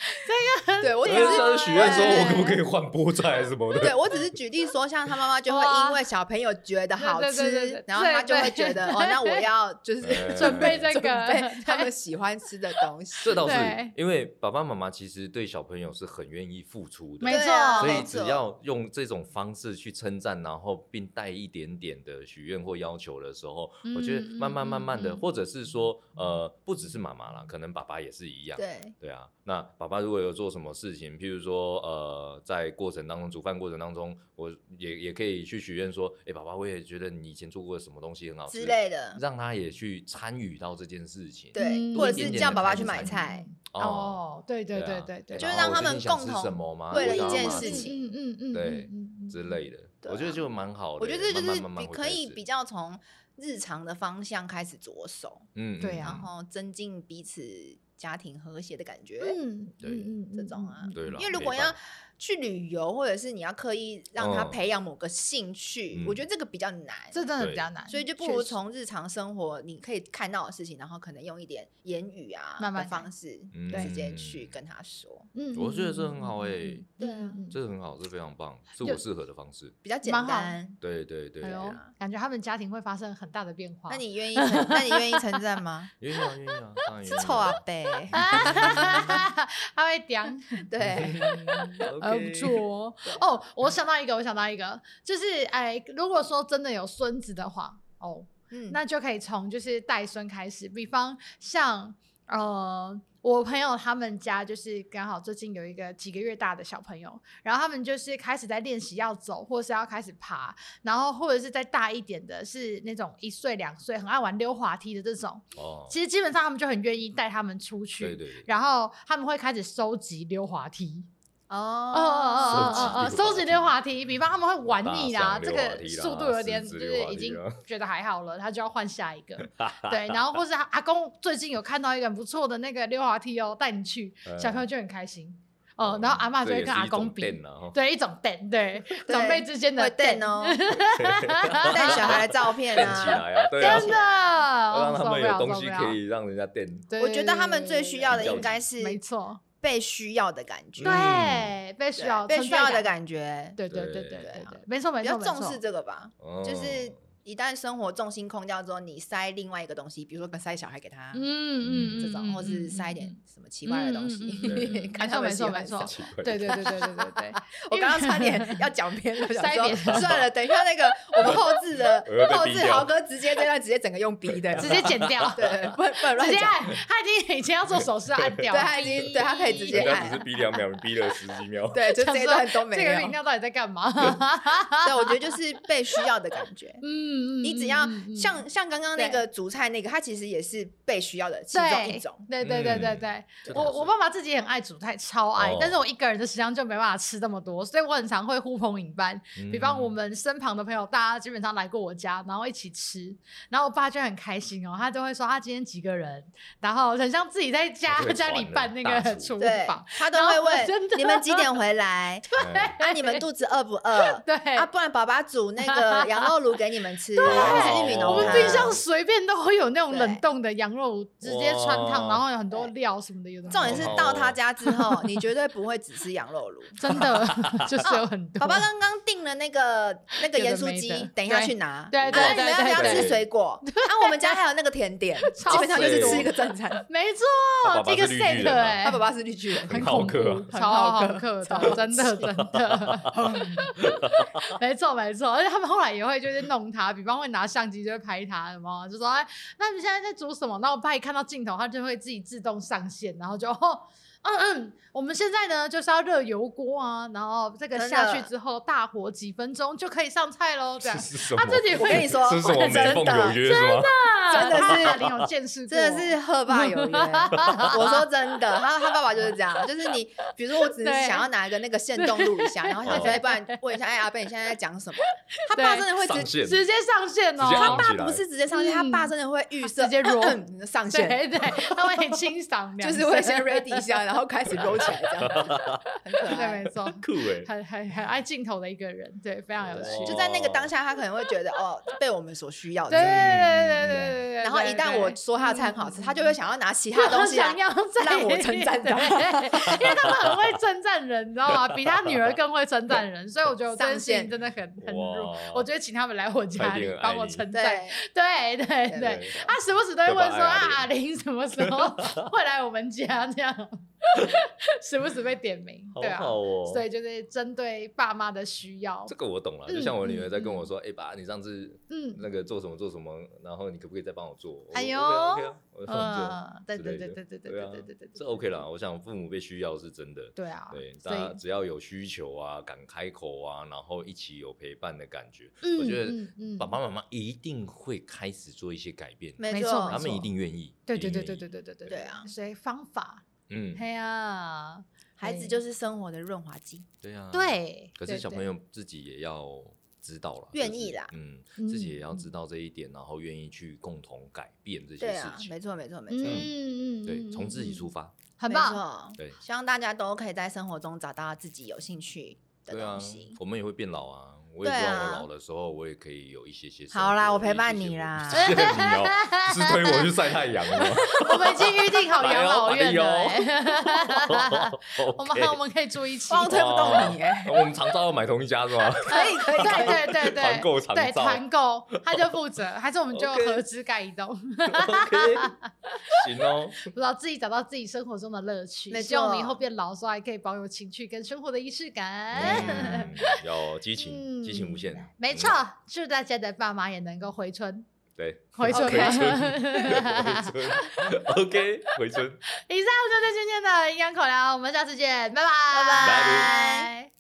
[SPEAKER 1] 对我
[SPEAKER 2] 我
[SPEAKER 1] 只
[SPEAKER 2] 那时
[SPEAKER 1] 是
[SPEAKER 2] 候许愿说，
[SPEAKER 1] 对
[SPEAKER 2] 我可不可以换菠菜还是什么
[SPEAKER 3] *laughs*
[SPEAKER 2] 的？
[SPEAKER 1] 对我只是举例说，像他妈妈就会
[SPEAKER 3] 哇
[SPEAKER 1] 因为小朋友觉得好
[SPEAKER 3] 对对对对
[SPEAKER 1] 吃
[SPEAKER 3] 对，
[SPEAKER 1] 然后他就会
[SPEAKER 3] 对对
[SPEAKER 1] 觉得哦，那我要就是
[SPEAKER 2] 哎
[SPEAKER 1] 准备
[SPEAKER 2] 准备
[SPEAKER 3] 这个
[SPEAKER 1] 准备他们喜欢吃的东西。
[SPEAKER 2] 这倒是
[SPEAKER 3] 对，
[SPEAKER 2] 因为爸爸妈妈其实对小朋友是很愿意付出的，
[SPEAKER 3] 没错
[SPEAKER 1] 对啊
[SPEAKER 2] 所以
[SPEAKER 1] 没
[SPEAKER 2] 只
[SPEAKER 1] 错
[SPEAKER 2] 要用这种方式去称赞，然后并带一点点的许愿或要求的时候，我觉得
[SPEAKER 3] 嗯
[SPEAKER 2] 慢慢慢慢的，
[SPEAKER 3] 嗯嗯
[SPEAKER 2] 或者是说，呃，不只是妈妈啦，可能爸爸也是一样。
[SPEAKER 1] 对，
[SPEAKER 2] 对啊，那爸爸如果有做什么事情，譬如说，呃，在过程当中煮饭过程当中，我也也可以去许愿说，哎、爸爸，我也觉得你以前做过什么东西很好吃
[SPEAKER 1] 之，类的，
[SPEAKER 2] 让他也去参与到这件事情。
[SPEAKER 1] 对，
[SPEAKER 3] 嗯
[SPEAKER 1] 或者
[SPEAKER 2] 多一点
[SPEAKER 1] 是
[SPEAKER 2] 点
[SPEAKER 1] 叫
[SPEAKER 2] 的
[SPEAKER 1] 爸爸
[SPEAKER 2] 开
[SPEAKER 1] 去
[SPEAKER 2] 始
[SPEAKER 1] 买
[SPEAKER 2] 参与
[SPEAKER 1] 菜，
[SPEAKER 3] 哦，对对
[SPEAKER 2] 对
[SPEAKER 3] 对
[SPEAKER 2] 啊
[SPEAKER 3] 对对，
[SPEAKER 1] 就是
[SPEAKER 2] 然后
[SPEAKER 1] 让
[SPEAKER 2] 我最
[SPEAKER 1] 他们
[SPEAKER 2] 近想
[SPEAKER 1] 共
[SPEAKER 2] 吃
[SPEAKER 1] 同
[SPEAKER 2] 什么吗？
[SPEAKER 1] 为了
[SPEAKER 2] 我想
[SPEAKER 1] 一件
[SPEAKER 2] 要买
[SPEAKER 1] 事情
[SPEAKER 3] 嗯嗯嗯，
[SPEAKER 2] 对
[SPEAKER 3] 嗯
[SPEAKER 2] 之类的，
[SPEAKER 1] 对
[SPEAKER 2] 我觉得
[SPEAKER 1] 啊
[SPEAKER 2] 就蛮好的
[SPEAKER 1] 我觉
[SPEAKER 2] 耶。
[SPEAKER 1] 得这就
[SPEAKER 2] 慢
[SPEAKER 1] 是
[SPEAKER 2] 慢慢慢
[SPEAKER 1] 比
[SPEAKER 2] 会
[SPEAKER 1] 可
[SPEAKER 2] 开
[SPEAKER 1] 以
[SPEAKER 2] 始
[SPEAKER 1] 比，较从日常的方向开始着手，
[SPEAKER 2] 嗯，
[SPEAKER 3] 对
[SPEAKER 2] 嗯
[SPEAKER 3] 啊
[SPEAKER 1] 然
[SPEAKER 2] 嗯
[SPEAKER 1] 后增进彼此家庭和谐的感觉。
[SPEAKER 3] 嗯，
[SPEAKER 2] 对
[SPEAKER 3] 嗯
[SPEAKER 1] 这种啊
[SPEAKER 2] 对啦
[SPEAKER 1] 因为如果
[SPEAKER 2] 陪伴
[SPEAKER 1] 要去旅游，或者是你要刻意让他
[SPEAKER 2] 嗯
[SPEAKER 1] 培养某个兴趣，
[SPEAKER 2] 嗯
[SPEAKER 1] 我觉得这个比较难。
[SPEAKER 3] 这真的比较难，
[SPEAKER 1] 所以就不
[SPEAKER 3] 确
[SPEAKER 1] 如
[SPEAKER 3] 实
[SPEAKER 1] 从日常生活你可以看到的事情，然后可能用一点言语啊
[SPEAKER 3] 慢慢
[SPEAKER 1] 的
[SPEAKER 3] 来
[SPEAKER 1] 方式，
[SPEAKER 2] 嗯
[SPEAKER 1] 直接
[SPEAKER 2] 对
[SPEAKER 1] 去跟他说，
[SPEAKER 3] 嗯，
[SPEAKER 2] 我觉得这
[SPEAKER 3] 嗯
[SPEAKER 2] 很好欸
[SPEAKER 1] 对啊，
[SPEAKER 3] 嗯嗯嗯嗯嗯
[SPEAKER 2] 这很好，这非常棒，是
[SPEAKER 3] 就
[SPEAKER 2] 我适合的方式。
[SPEAKER 1] 比较简
[SPEAKER 3] 蛮好
[SPEAKER 1] 单。
[SPEAKER 2] 对对对，
[SPEAKER 3] 哎
[SPEAKER 2] 对
[SPEAKER 3] 呦
[SPEAKER 2] 啊，
[SPEAKER 3] 感觉他们家庭会发生很大的变化。
[SPEAKER 1] 那
[SPEAKER 3] *laughs*
[SPEAKER 1] 你 *laughs* 愿意称？那你愿意称赞
[SPEAKER 2] *laughs*
[SPEAKER 1] 吗？
[SPEAKER 2] 愿意啊，愿意
[SPEAKER 1] *laughs*
[SPEAKER 2] 啊，当然愿
[SPEAKER 1] 是
[SPEAKER 2] 意
[SPEAKER 1] 臭阿伯，
[SPEAKER 3] *laughs* 他会 *laughs* 屌，
[SPEAKER 1] 对，
[SPEAKER 2] *laughs*
[SPEAKER 3] 呃，不错哦。哦，
[SPEAKER 2] 嗯
[SPEAKER 3] 我想到一个，我想到一个，就是哎，如果说真的有孙子的话，哦，
[SPEAKER 1] 嗯，
[SPEAKER 3] *laughs* 那就可以从就是带孙开始，比方像呃。我朋友他们家就是刚好最近有一个几个月大的小朋友，然后他们就是开始在练习要走，或是要开始爬，然后或者是再大一点的是那种一岁两岁很爱玩溜滑梯的这种，
[SPEAKER 2] 哦，
[SPEAKER 3] 其实基本上他们就很愿意带他们出去，
[SPEAKER 2] 对对对，
[SPEAKER 3] 然后他们会开始收集溜滑梯，哦哦哦哦
[SPEAKER 1] 哦
[SPEAKER 3] 哦，
[SPEAKER 2] 收集溜滑梯
[SPEAKER 3] 收集溜滑梯，比方他们会玩腻啦，
[SPEAKER 2] 大象
[SPEAKER 3] 这
[SPEAKER 2] 溜滑
[SPEAKER 3] 个
[SPEAKER 2] 梯啊啦
[SPEAKER 3] 速度有点
[SPEAKER 2] 十
[SPEAKER 3] 就
[SPEAKER 2] 字
[SPEAKER 3] 是
[SPEAKER 2] 溜滑
[SPEAKER 3] 已
[SPEAKER 2] 梯
[SPEAKER 3] 经
[SPEAKER 2] 啦
[SPEAKER 3] 觉得还好了，他就要换
[SPEAKER 2] *laughs*
[SPEAKER 3] 下一个，对，然后或是他阿公最近有看到一个很不错的那个溜滑梯哦，带你去，
[SPEAKER 2] 嗯
[SPEAKER 3] 小朋友就很开心，哦，然后阿嬷就会跟阿公比，
[SPEAKER 2] 然
[SPEAKER 3] 对，一种蛋，对，长辈之间的
[SPEAKER 1] 会
[SPEAKER 3] 蛋
[SPEAKER 1] 瞪，哦，
[SPEAKER 3] *laughs*
[SPEAKER 1] 带小孩的照片
[SPEAKER 2] 垫起
[SPEAKER 1] 啊。
[SPEAKER 2] 来啊， *laughs* 对啊，
[SPEAKER 3] 真的，哦让
[SPEAKER 2] 让他们有东西可，以让人家垫。
[SPEAKER 3] 对
[SPEAKER 1] 我觉得他们最需要的
[SPEAKER 2] 对
[SPEAKER 1] 应该是
[SPEAKER 3] 没错，
[SPEAKER 1] 被需要的感
[SPEAKER 2] 嗯
[SPEAKER 1] 觉，
[SPEAKER 3] 对，被需
[SPEAKER 1] 对
[SPEAKER 3] 要
[SPEAKER 1] 被
[SPEAKER 3] 存
[SPEAKER 1] 需
[SPEAKER 3] 在
[SPEAKER 1] 要的感觉，
[SPEAKER 3] 对对对
[SPEAKER 2] 对
[SPEAKER 3] 对
[SPEAKER 1] 对
[SPEAKER 3] 对
[SPEAKER 1] 啊
[SPEAKER 3] 对，没错没
[SPEAKER 1] 比
[SPEAKER 3] 错，
[SPEAKER 1] 较
[SPEAKER 3] 没
[SPEAKER 1] 重
[SPEAKER 3] 错
[SPEAKER 1] 视这个吧。
[SPEAKER 2] 哦
[SPEAKER 1] 就是一旦生活重心空掉之后，你塞另外一个东西，比如说塞小孩给他，
[SPEAKER 3] 嗯
[SPEAKER 2] 嗯
[SPEAKER 1] 这种，或是塞一点什么奇怪的东
[SPEAKER 3] 嗯
[SPEAKER 1] *laughs*
[SPEAKER 3] 嗯
[SPEAKER 1] 西
[SPEAKER 3] 嗯
[SPEAKER 2] 嗯嗯，
[SPEAKER 1] 看
[SPEAKER 3] 没错
[SPEAKER 1] 他们
[SPEAKER 3] 没
[SPEAKER 1] 喜
[SPEAKER 3] 错
[SPEAKER 1] 欢
[SPEAKER 3] 没
[SPEAKER 1] 什
[SPEAKER 3] 错
[SPEAKER 1] 么 *laughs*
[SPEAKER 2] 奇怪，
[SPEAKER 3] 对对对对对对对，
[SPEAKER 1] 我刚刚差点要讲偏了，我想
[SPEAKER 3] 塞
[SPEAKER 1] 说
[SPEAKER 3] 别
[SPEAKER 1] *laughs*
[SPEAKER 3] 的
[SPEAKER 1] 算了，等一下那
[SPEAKER 3] *laughs*
[SPEAKER 1] 个我们后置的
[SPEAKER 2] 我要被
[SPEAKER 1] 后
[SPEAKER 2] 逼
[SPEAKER 1] 置
[SPEAKER 2] 掉
[SPEAKER 1] 豪哥直接这段直接整个用逼的，
[SPEAKER 3] 直接剪掉，
[SPEAKER 1] *laughs* 对，不能不能
[SPEAKER 3] 直
[SPEAKER 1] 乱
[SPEAKER 3] 接
[SPEAKER 1] 讲，
[SPEAKER 3] 按，他已经以前要做手势按掉，
[SPEAKER 1] 对他已经对他可以直接
[SPEAKER 2] 人家
[SPEAKER 1] 按
[SPEAKER 2] 只是逼两秒，你逼了十几秒。
[SPEAKER 1] 对，就
[SPEAKER 3] 想
[SPEAKER 1] 这一
[SPEAKER 3] 说
[SPEAKER 1] 段都没
[SPEAKER 3] 这个饮
[SPEAKER 1] 有。
[SPEAKER 3] 料到底在干嘛？ *laughs*
[SPEAKER 1] 对，我觉得就是被需要的感觉。
[SPEAKER 3] 嗯，
[SPEAKER 1] 你只要像像刚刚那
[SPEAKER 3] 对
[SPEAKER 1] 个煮菜那个，它其实也是被需要的其中一种。嗯
[SPEAKER 3] 对对对对对，我我
[SPEAKER 2] 爸
[SPEAKER 3] 爸爸自己也很爱煮菜，超爱，
[SPEAKER 2] 哦
[SPEAKER 3] 但是我一个人的食量就没办法吃这么多，所以我很常会呼朋引伴，
[SPEAKER 2] 嗯
[SPEAKER 3] 比方我们身旁的朋友，大家基本上来过我家，然后一起吃，然后我爸就很开心哦，他就会说他今天几个人，然后很像自己在家
[SPEAKER 2] 他就会
[SPEAKER 3] 家里办那个
[SPEAKER 2] 传，
[SPEAKER 3] 厨
[SPEAKER 1] 对
[SPEAKER 3] 房，，
[SPEAKER 1] 他都
[SPEAKER 3] 然后
[SPEAKER 1] 会
[SPEAKER 3] 真
[SPEAKER 1] 问
[SPEAKER 3] 的
[SPEAKER 1] 你们几
[SPEAKER 3] *laughs*
[SPEAKER 1] 点回来
[SPEAKER 2] 对
[SPEAKER 1] 啊，你们肚子饿不饿？
[SPEAKER 3] 对。
[SPEAKER 1] 啊，不然爸爸煮那
[SPEAKER 3] *laughs*
[SPEAKER 1] 个羊肉炉给你们吃，还是玉米
[SPEAKER 2] 哦
[SPEAKER 1] 浓
[SPEAKER 3] 我们
[SPEAKER 1] 汤
[SPEAKER 3] 冰箱随便都会有那种
[SPEAKER 1] 对
[SPEAKER 3] 冷冻的羊肉，直接穿烫，
[SPEAKER 2] 哇
[SPEAKER 3] 然后有很多料什么的，有的没
[SPEAKER 1] 重
[SPEAKER 3] 的
[SPEAKER 1] 点是到
[SPEAKER 3] 哦
[SPEAKER 1] 他家之后，你绝对不会只吃羊
[SPEAKER 3] *laughs*
[SPEAKER 1] 肉炉。
[SPEAKER 3] 真
[SPEAKER 1] *laughs*
[SPEAKER 3] 的就是有很多。
[SPEAKER 1] 哦爸爸刚刚订了那个那个
[SPEAKER 3] 有的
[SPEAKER 1] 盐酥
[SPEAKER 3] 没的
[SPEAKER 1] 鸡，等一下
[SPEAKER 3] 对
[SPEAKER 1] 去拿。
[SPEAKER 3] 对
[SPEAKER 1] 啊
[SPEAKER 3] 对
[SPEAKER 1] 那你
[SPEAKER 3] 对
[SPEAKER 1] 们要
[SPEAKER 3] 对
[SPEAKER 1] 不要
[SPEAKER 2] 对
[SPEAKER 1] 吃水果？啊，我们家还有那个甜点，
[SPEAKER 3] *laughs* 超
[SPEAKER 1] 基本上就是
[SPEAKER 2] 水
[SPEAKER 1] 吃一个正餐。
[SPEAKER 3] 没
[SPEAKER 2] 他
[SPEAKER 3] 错
[SPEAKER 2] 爸，爸
[SPEAKER 3] 哦这个
[SPEAKER 2] 是绿巨
[SPEAKER 3] set
[SPEAKER 2] 人啊
[SPEAKER 3] 哎，
[SPEAKER 1] 他爸爸是绿巨
[SPEAKER 3] *laughs*
[SPEAKER 1] 人，
[SPEAKER 2] 很好客啊
[SPEAKER 3] 恐怖超好客的，真的真的，没错没错，而且他们后来也会就是弄他，比方会拿相机就会拍他啊，什么就说哎，那你现在在煮什么？然后我爸一看到镜头，他就会自己自动上线，然后就哦。嗯嗯，我们现在呢就是要热油锅啊，然后这个
[SPEAKER 1] 真的
[SPEAKER 3] 下去之后大火几分钟就可以上菜喽，这样
[SPEAKER 2] 这是什么？
[SPEAKER 3] 他自己
[SPEAKER 1] 我
[SPEAKER 2] *laughs*
[SPEAKER 1] 跟你说
[SPEAKER 2] 这是什么
[SPEAKER 1] 真的
[SPEAKER 2] 美凤有约是吗？
[SPEAKER 1] 真的是
[SPEAKER 3] 他很有见识过，
[SPEAKER 1] 真的是喝爸有约，
[SPEAKER 3] *laughs*
[SPEAKER 1] 我说真的，他他爸爸就是这样，就是你，比如说我只是
[SPEAKER 3] 对
[SPEAKER 1] 想要拿一个那个线动录一下，然后想说，
[SPEAKER 2] 哦
[SPEAKER 1] 哎，不然问一下，哎，阿贝你现在在讲什么？他爸
[SPEAKER 3] 对
[SPEAKER 1] 真的会
[SPEAKER 2] 上
[SPEAKER 1] 直，
[SPEAKER 2] 线，
[SPEAKER 3] 直接上线哦，
[SPEAKER 2] 直接
[SPEAKER 1] 他
[SPEAKER 2] 上
[SPEAKER 1] 爸
[SPEAKER 2] 起来
[SPEAKER 1] 不是直接上线，他爸
[SPEAKER 3] 嗯
[SPEAKER 1] 真的会预设
[SPEAKER 3] 直接 roll
[SPEAKER 1] 嗯 *clears throat* 上线，
[SPEAKER 3] 对对，他会清嗓两
[SPEAKER 1] 就
[SPEAKER 3] 声，
[SPEAKER 1] 是会先 ready 一下，然后开始 roll 起来这样
[SPEAKER 3] *laughs*
[SPEAKER 1] 子，很可
[SPEAKER 3] 对，
[SPEAKER 1] 爱
[SPEAKER 3] 没。错，
[SPEAKER 2] 酷哎、
[SPEAKER 3] 很很很爱镜头的一个人，对，非常有趣。
[SPEAKER 2] 哦
[SPEAKER 1] 就在那个当下，他可能会觉得哦，被我们所需要。
[SPEAKER 3] 对对
[SPEAKER 1] 这样
[SPEAKER 3] 对对对对对。嗯
[SPEAKER 1] 然后一旦我说他的菜很好吃，他就会
[SPEAKER 3] *laughs*
[SPEAKER 1] 想要拿其他东西来
[SPEAKER 3] 想要再
[SPEAKER 1] 让我称赞
[SPEAKER 3] 对
[SPEAKER 1] 他
[SPEAKER 3] 因为他们很会称赞人，你知道吗？比他女儿更会称赞人，所以我觉得我这件
[SPEAKER 1] 上
[SPEAKER 3] 事
[SPEAKER 1] 线
[SPEAKER 3] 情真的很很弱
[SPEAKER 2] 哇。
[SPEAKER 3] 我觉得请他们来我家
[SPEAKER 2] 快
[SPEAKER 3] 里
[SPEAKER 2] 点爱
[SPEAKER 3] 帮我
[SPEAKER 2] 你
[SPEAKER 3] 称赞，
[SPEAKER 1] 对，
[SPEAKER 3] 对对对
[SPEAKER 1] 对
[SPEAKER 3] 对。他时不时都会问说
[SPEAKER 2] 要把
[SPEAKER 3] 啊，阿
[SPEAKER 2] 阿
[SPEAKER 3] 玲什么时
[SPEAKER 1] *laughs*
[SPEAKER 3] 候会来我们家？这样时不时被点名，对啊
[SPEAKER 2] 好。好哦、
[SPEAKER 3] 所以就是针对爸妈的需要
[SPEAKER 2] 这，个我懂了，就像我女儿在跟我说：“哎、爸，你上次
[SPEAKER 3] 嗯
[SPEAKER 2] 那个做什么做什么，然后你可不可以再帮我做？”
[SPEAKER 3] 哎呦
[SPEAKER 2] o k 啊我帮你做，
[SPEAKER 3] 嗯，对对对对对对
[SPEAKER 2] 对啊
[SPEAKER 3] 对对对，
[SPEAKER 2] 这 OK 啦。我想父母被需要是真的，
[SPEAKER 3] 对啊，
[SPEAKER 2] 对，
[SPEAKER 3] 所
[SPEAKER 2] 大家
[SPEAKER 3] 以
[SPEAKER 2] 只要有需求啊，敢开口啊，然后一起有陪伴的感觉，
[SPEAKER 3] 嗯
[SPEAKER 2] 我觉
[SPEAKER 3] 嗯嗯
[SPEAKER 2] 得爸爸妈妈一定会开始做一些改变，
[SPEAKER 1] 没
[SPEAKER 3] 错
[SPEAKER 1] 错
[SPEAKER 2] 他，们一定愿意。
[SPEAKER 3] 对
[SPEAKER 2] 一
[SPEAKER 3] 对
[SPEAKER 2] 定愿
[SPEAKER 3] 对对
[SPEAKER 2] 意
[SPEAKER 3] 对，对对对
[SPEAKER 1] 对啊
[SPEAKER 3] 所以方法，
[SPEAKER 2] 嗯，
[SPEAKER 3] 嘿呀，
[SPEAKER 1] 孩子
[SPEAKER 3] 对
[SPEAKER 1] 就是生活的润滑剂。
[SPEAKER 2] 对啊，。
[SPEAKER 3] 对，
[SPEAKER 2] 可
[SPEAKER 3] 对
[SPEAKER 2] 是小朋
[SPEAKER 3] 对
[SPEAKER 2] 友自己也要知道了，
[SPEAKER 1] 愿
[SPEAKER 2] 就是
[SPEAKER 1] 意啦
[SPEAKER 2] 嗯，
[SPEAKER 3] 嗯
[SPEAKER 2] 自己也要知
[SPEAKER 3] 嗯
[SPEAKER 2] 道这一点，然后愿意去共同改变这些
[SPEAKER 1] 对
[SPEAKER 2] 事
[SPEAKER 1] 啊，
[SPEAKER 2] 情
[SPEAKER 1] 没。错，没错，没错，
[SPEAKER 3] 嗯嗯嗯，
[SPEAKER 2] 对，从自己
[SPEAKER 3] 嗯
[SPEAKER 2] 出，发。
[SPEAKER 3] 很
[SPEAKER 1] 没
[SPEAKER 3] 棒，
[SPEAKER 1] 错。
[SPEAKER 2] 对
[SPEAKER 1] 希望大家都可以在生活中找到自己有兴趣的
[SPEAKER 2] 对啊
[SPEAKER 1] 东西，。
[SPEAKER 2] 我们也会变老啊。我也
[SPEAKER 1] 对
[SPEAKER 2] 希望
[SPEAKER 1] 啊
[SPEAKER 2] 我老的时候，我也可以有一些些生活。
[SPEAKER 1] 好啦
[SPEAKER 2] 有
[SPEAKER 1] 我
[SPEAKER 2] 一
[SPEAKER 1] 陪伴
[SPEAKER 2] 些些
[SPEAKER 1] 你
[SPEAKER 2] 活
[SPEAKER 1] 啦
[SPEAKER 2] 谢谢你
[SPEAKER 1] *laughs*
[SPEAKER 2] 哦，是推我去晒太阳吗？
[SPEAKER 3] 我们已经预定好养老院了，
[SPEAKER 2] 哎呦
[SPEAKER 3] 哎
[SPEAKER 1] *laughs*
[SPEAKER 3] 我们
[SPEAKER 2] OK
[SPEAKER 3] 我们可以住一起，
[SPEAKER 1] 哇推不动你耶
[SPEAKER 2] 哇我们常照要买同一家是吗？
[SPEAKER 1] 可以，可以，可以。
[SPEAKER 3] 对对对对，
[SPEAKER 2] 团购长
[SPEAKER 3] 对
[SPEAKER 2] 照
[SPEAKER 3] 团购，他就负责，还是我们就
[SPEAKER 2] OK
[SPEAKER 3] 合资盖一
[SPEAKER 1] *laughs*
[SPEAKER 3] 栋，
[SPEAKER 2] OK，行哦，
[SPEAKER 3] 不知道自己找到自己生活中的乐趣。
[SPEAKER 1] 没
[SPEAKER 3] 希望我们以
[SPEAKER 1] 错
[SPEAKER 3] 后变老的时候还可以保有情趣跟生活的仪式感。
[SPEAKER 2] 嗯有激情，激情无限，
[SPEAKER 3] 没
[SPEAKER 2] 嗯
[SPEAKER 3] 错，祝大家的爸妈也能够回春，
[SPEAKER 2] 对，
[SPEAKER 3] 回春，
[SPEAKER 2] 回春，
[SPEAKER 1] *laughs*
[SPEAKER 3] 以
[SPEAKER 2] 回春，OK，回春。
[SPEAKER 3] 上就是今天的营养口粮，我们下次见，拜拜，
[SPEAKER 1] 拜
[SPEAKER 2] 拜。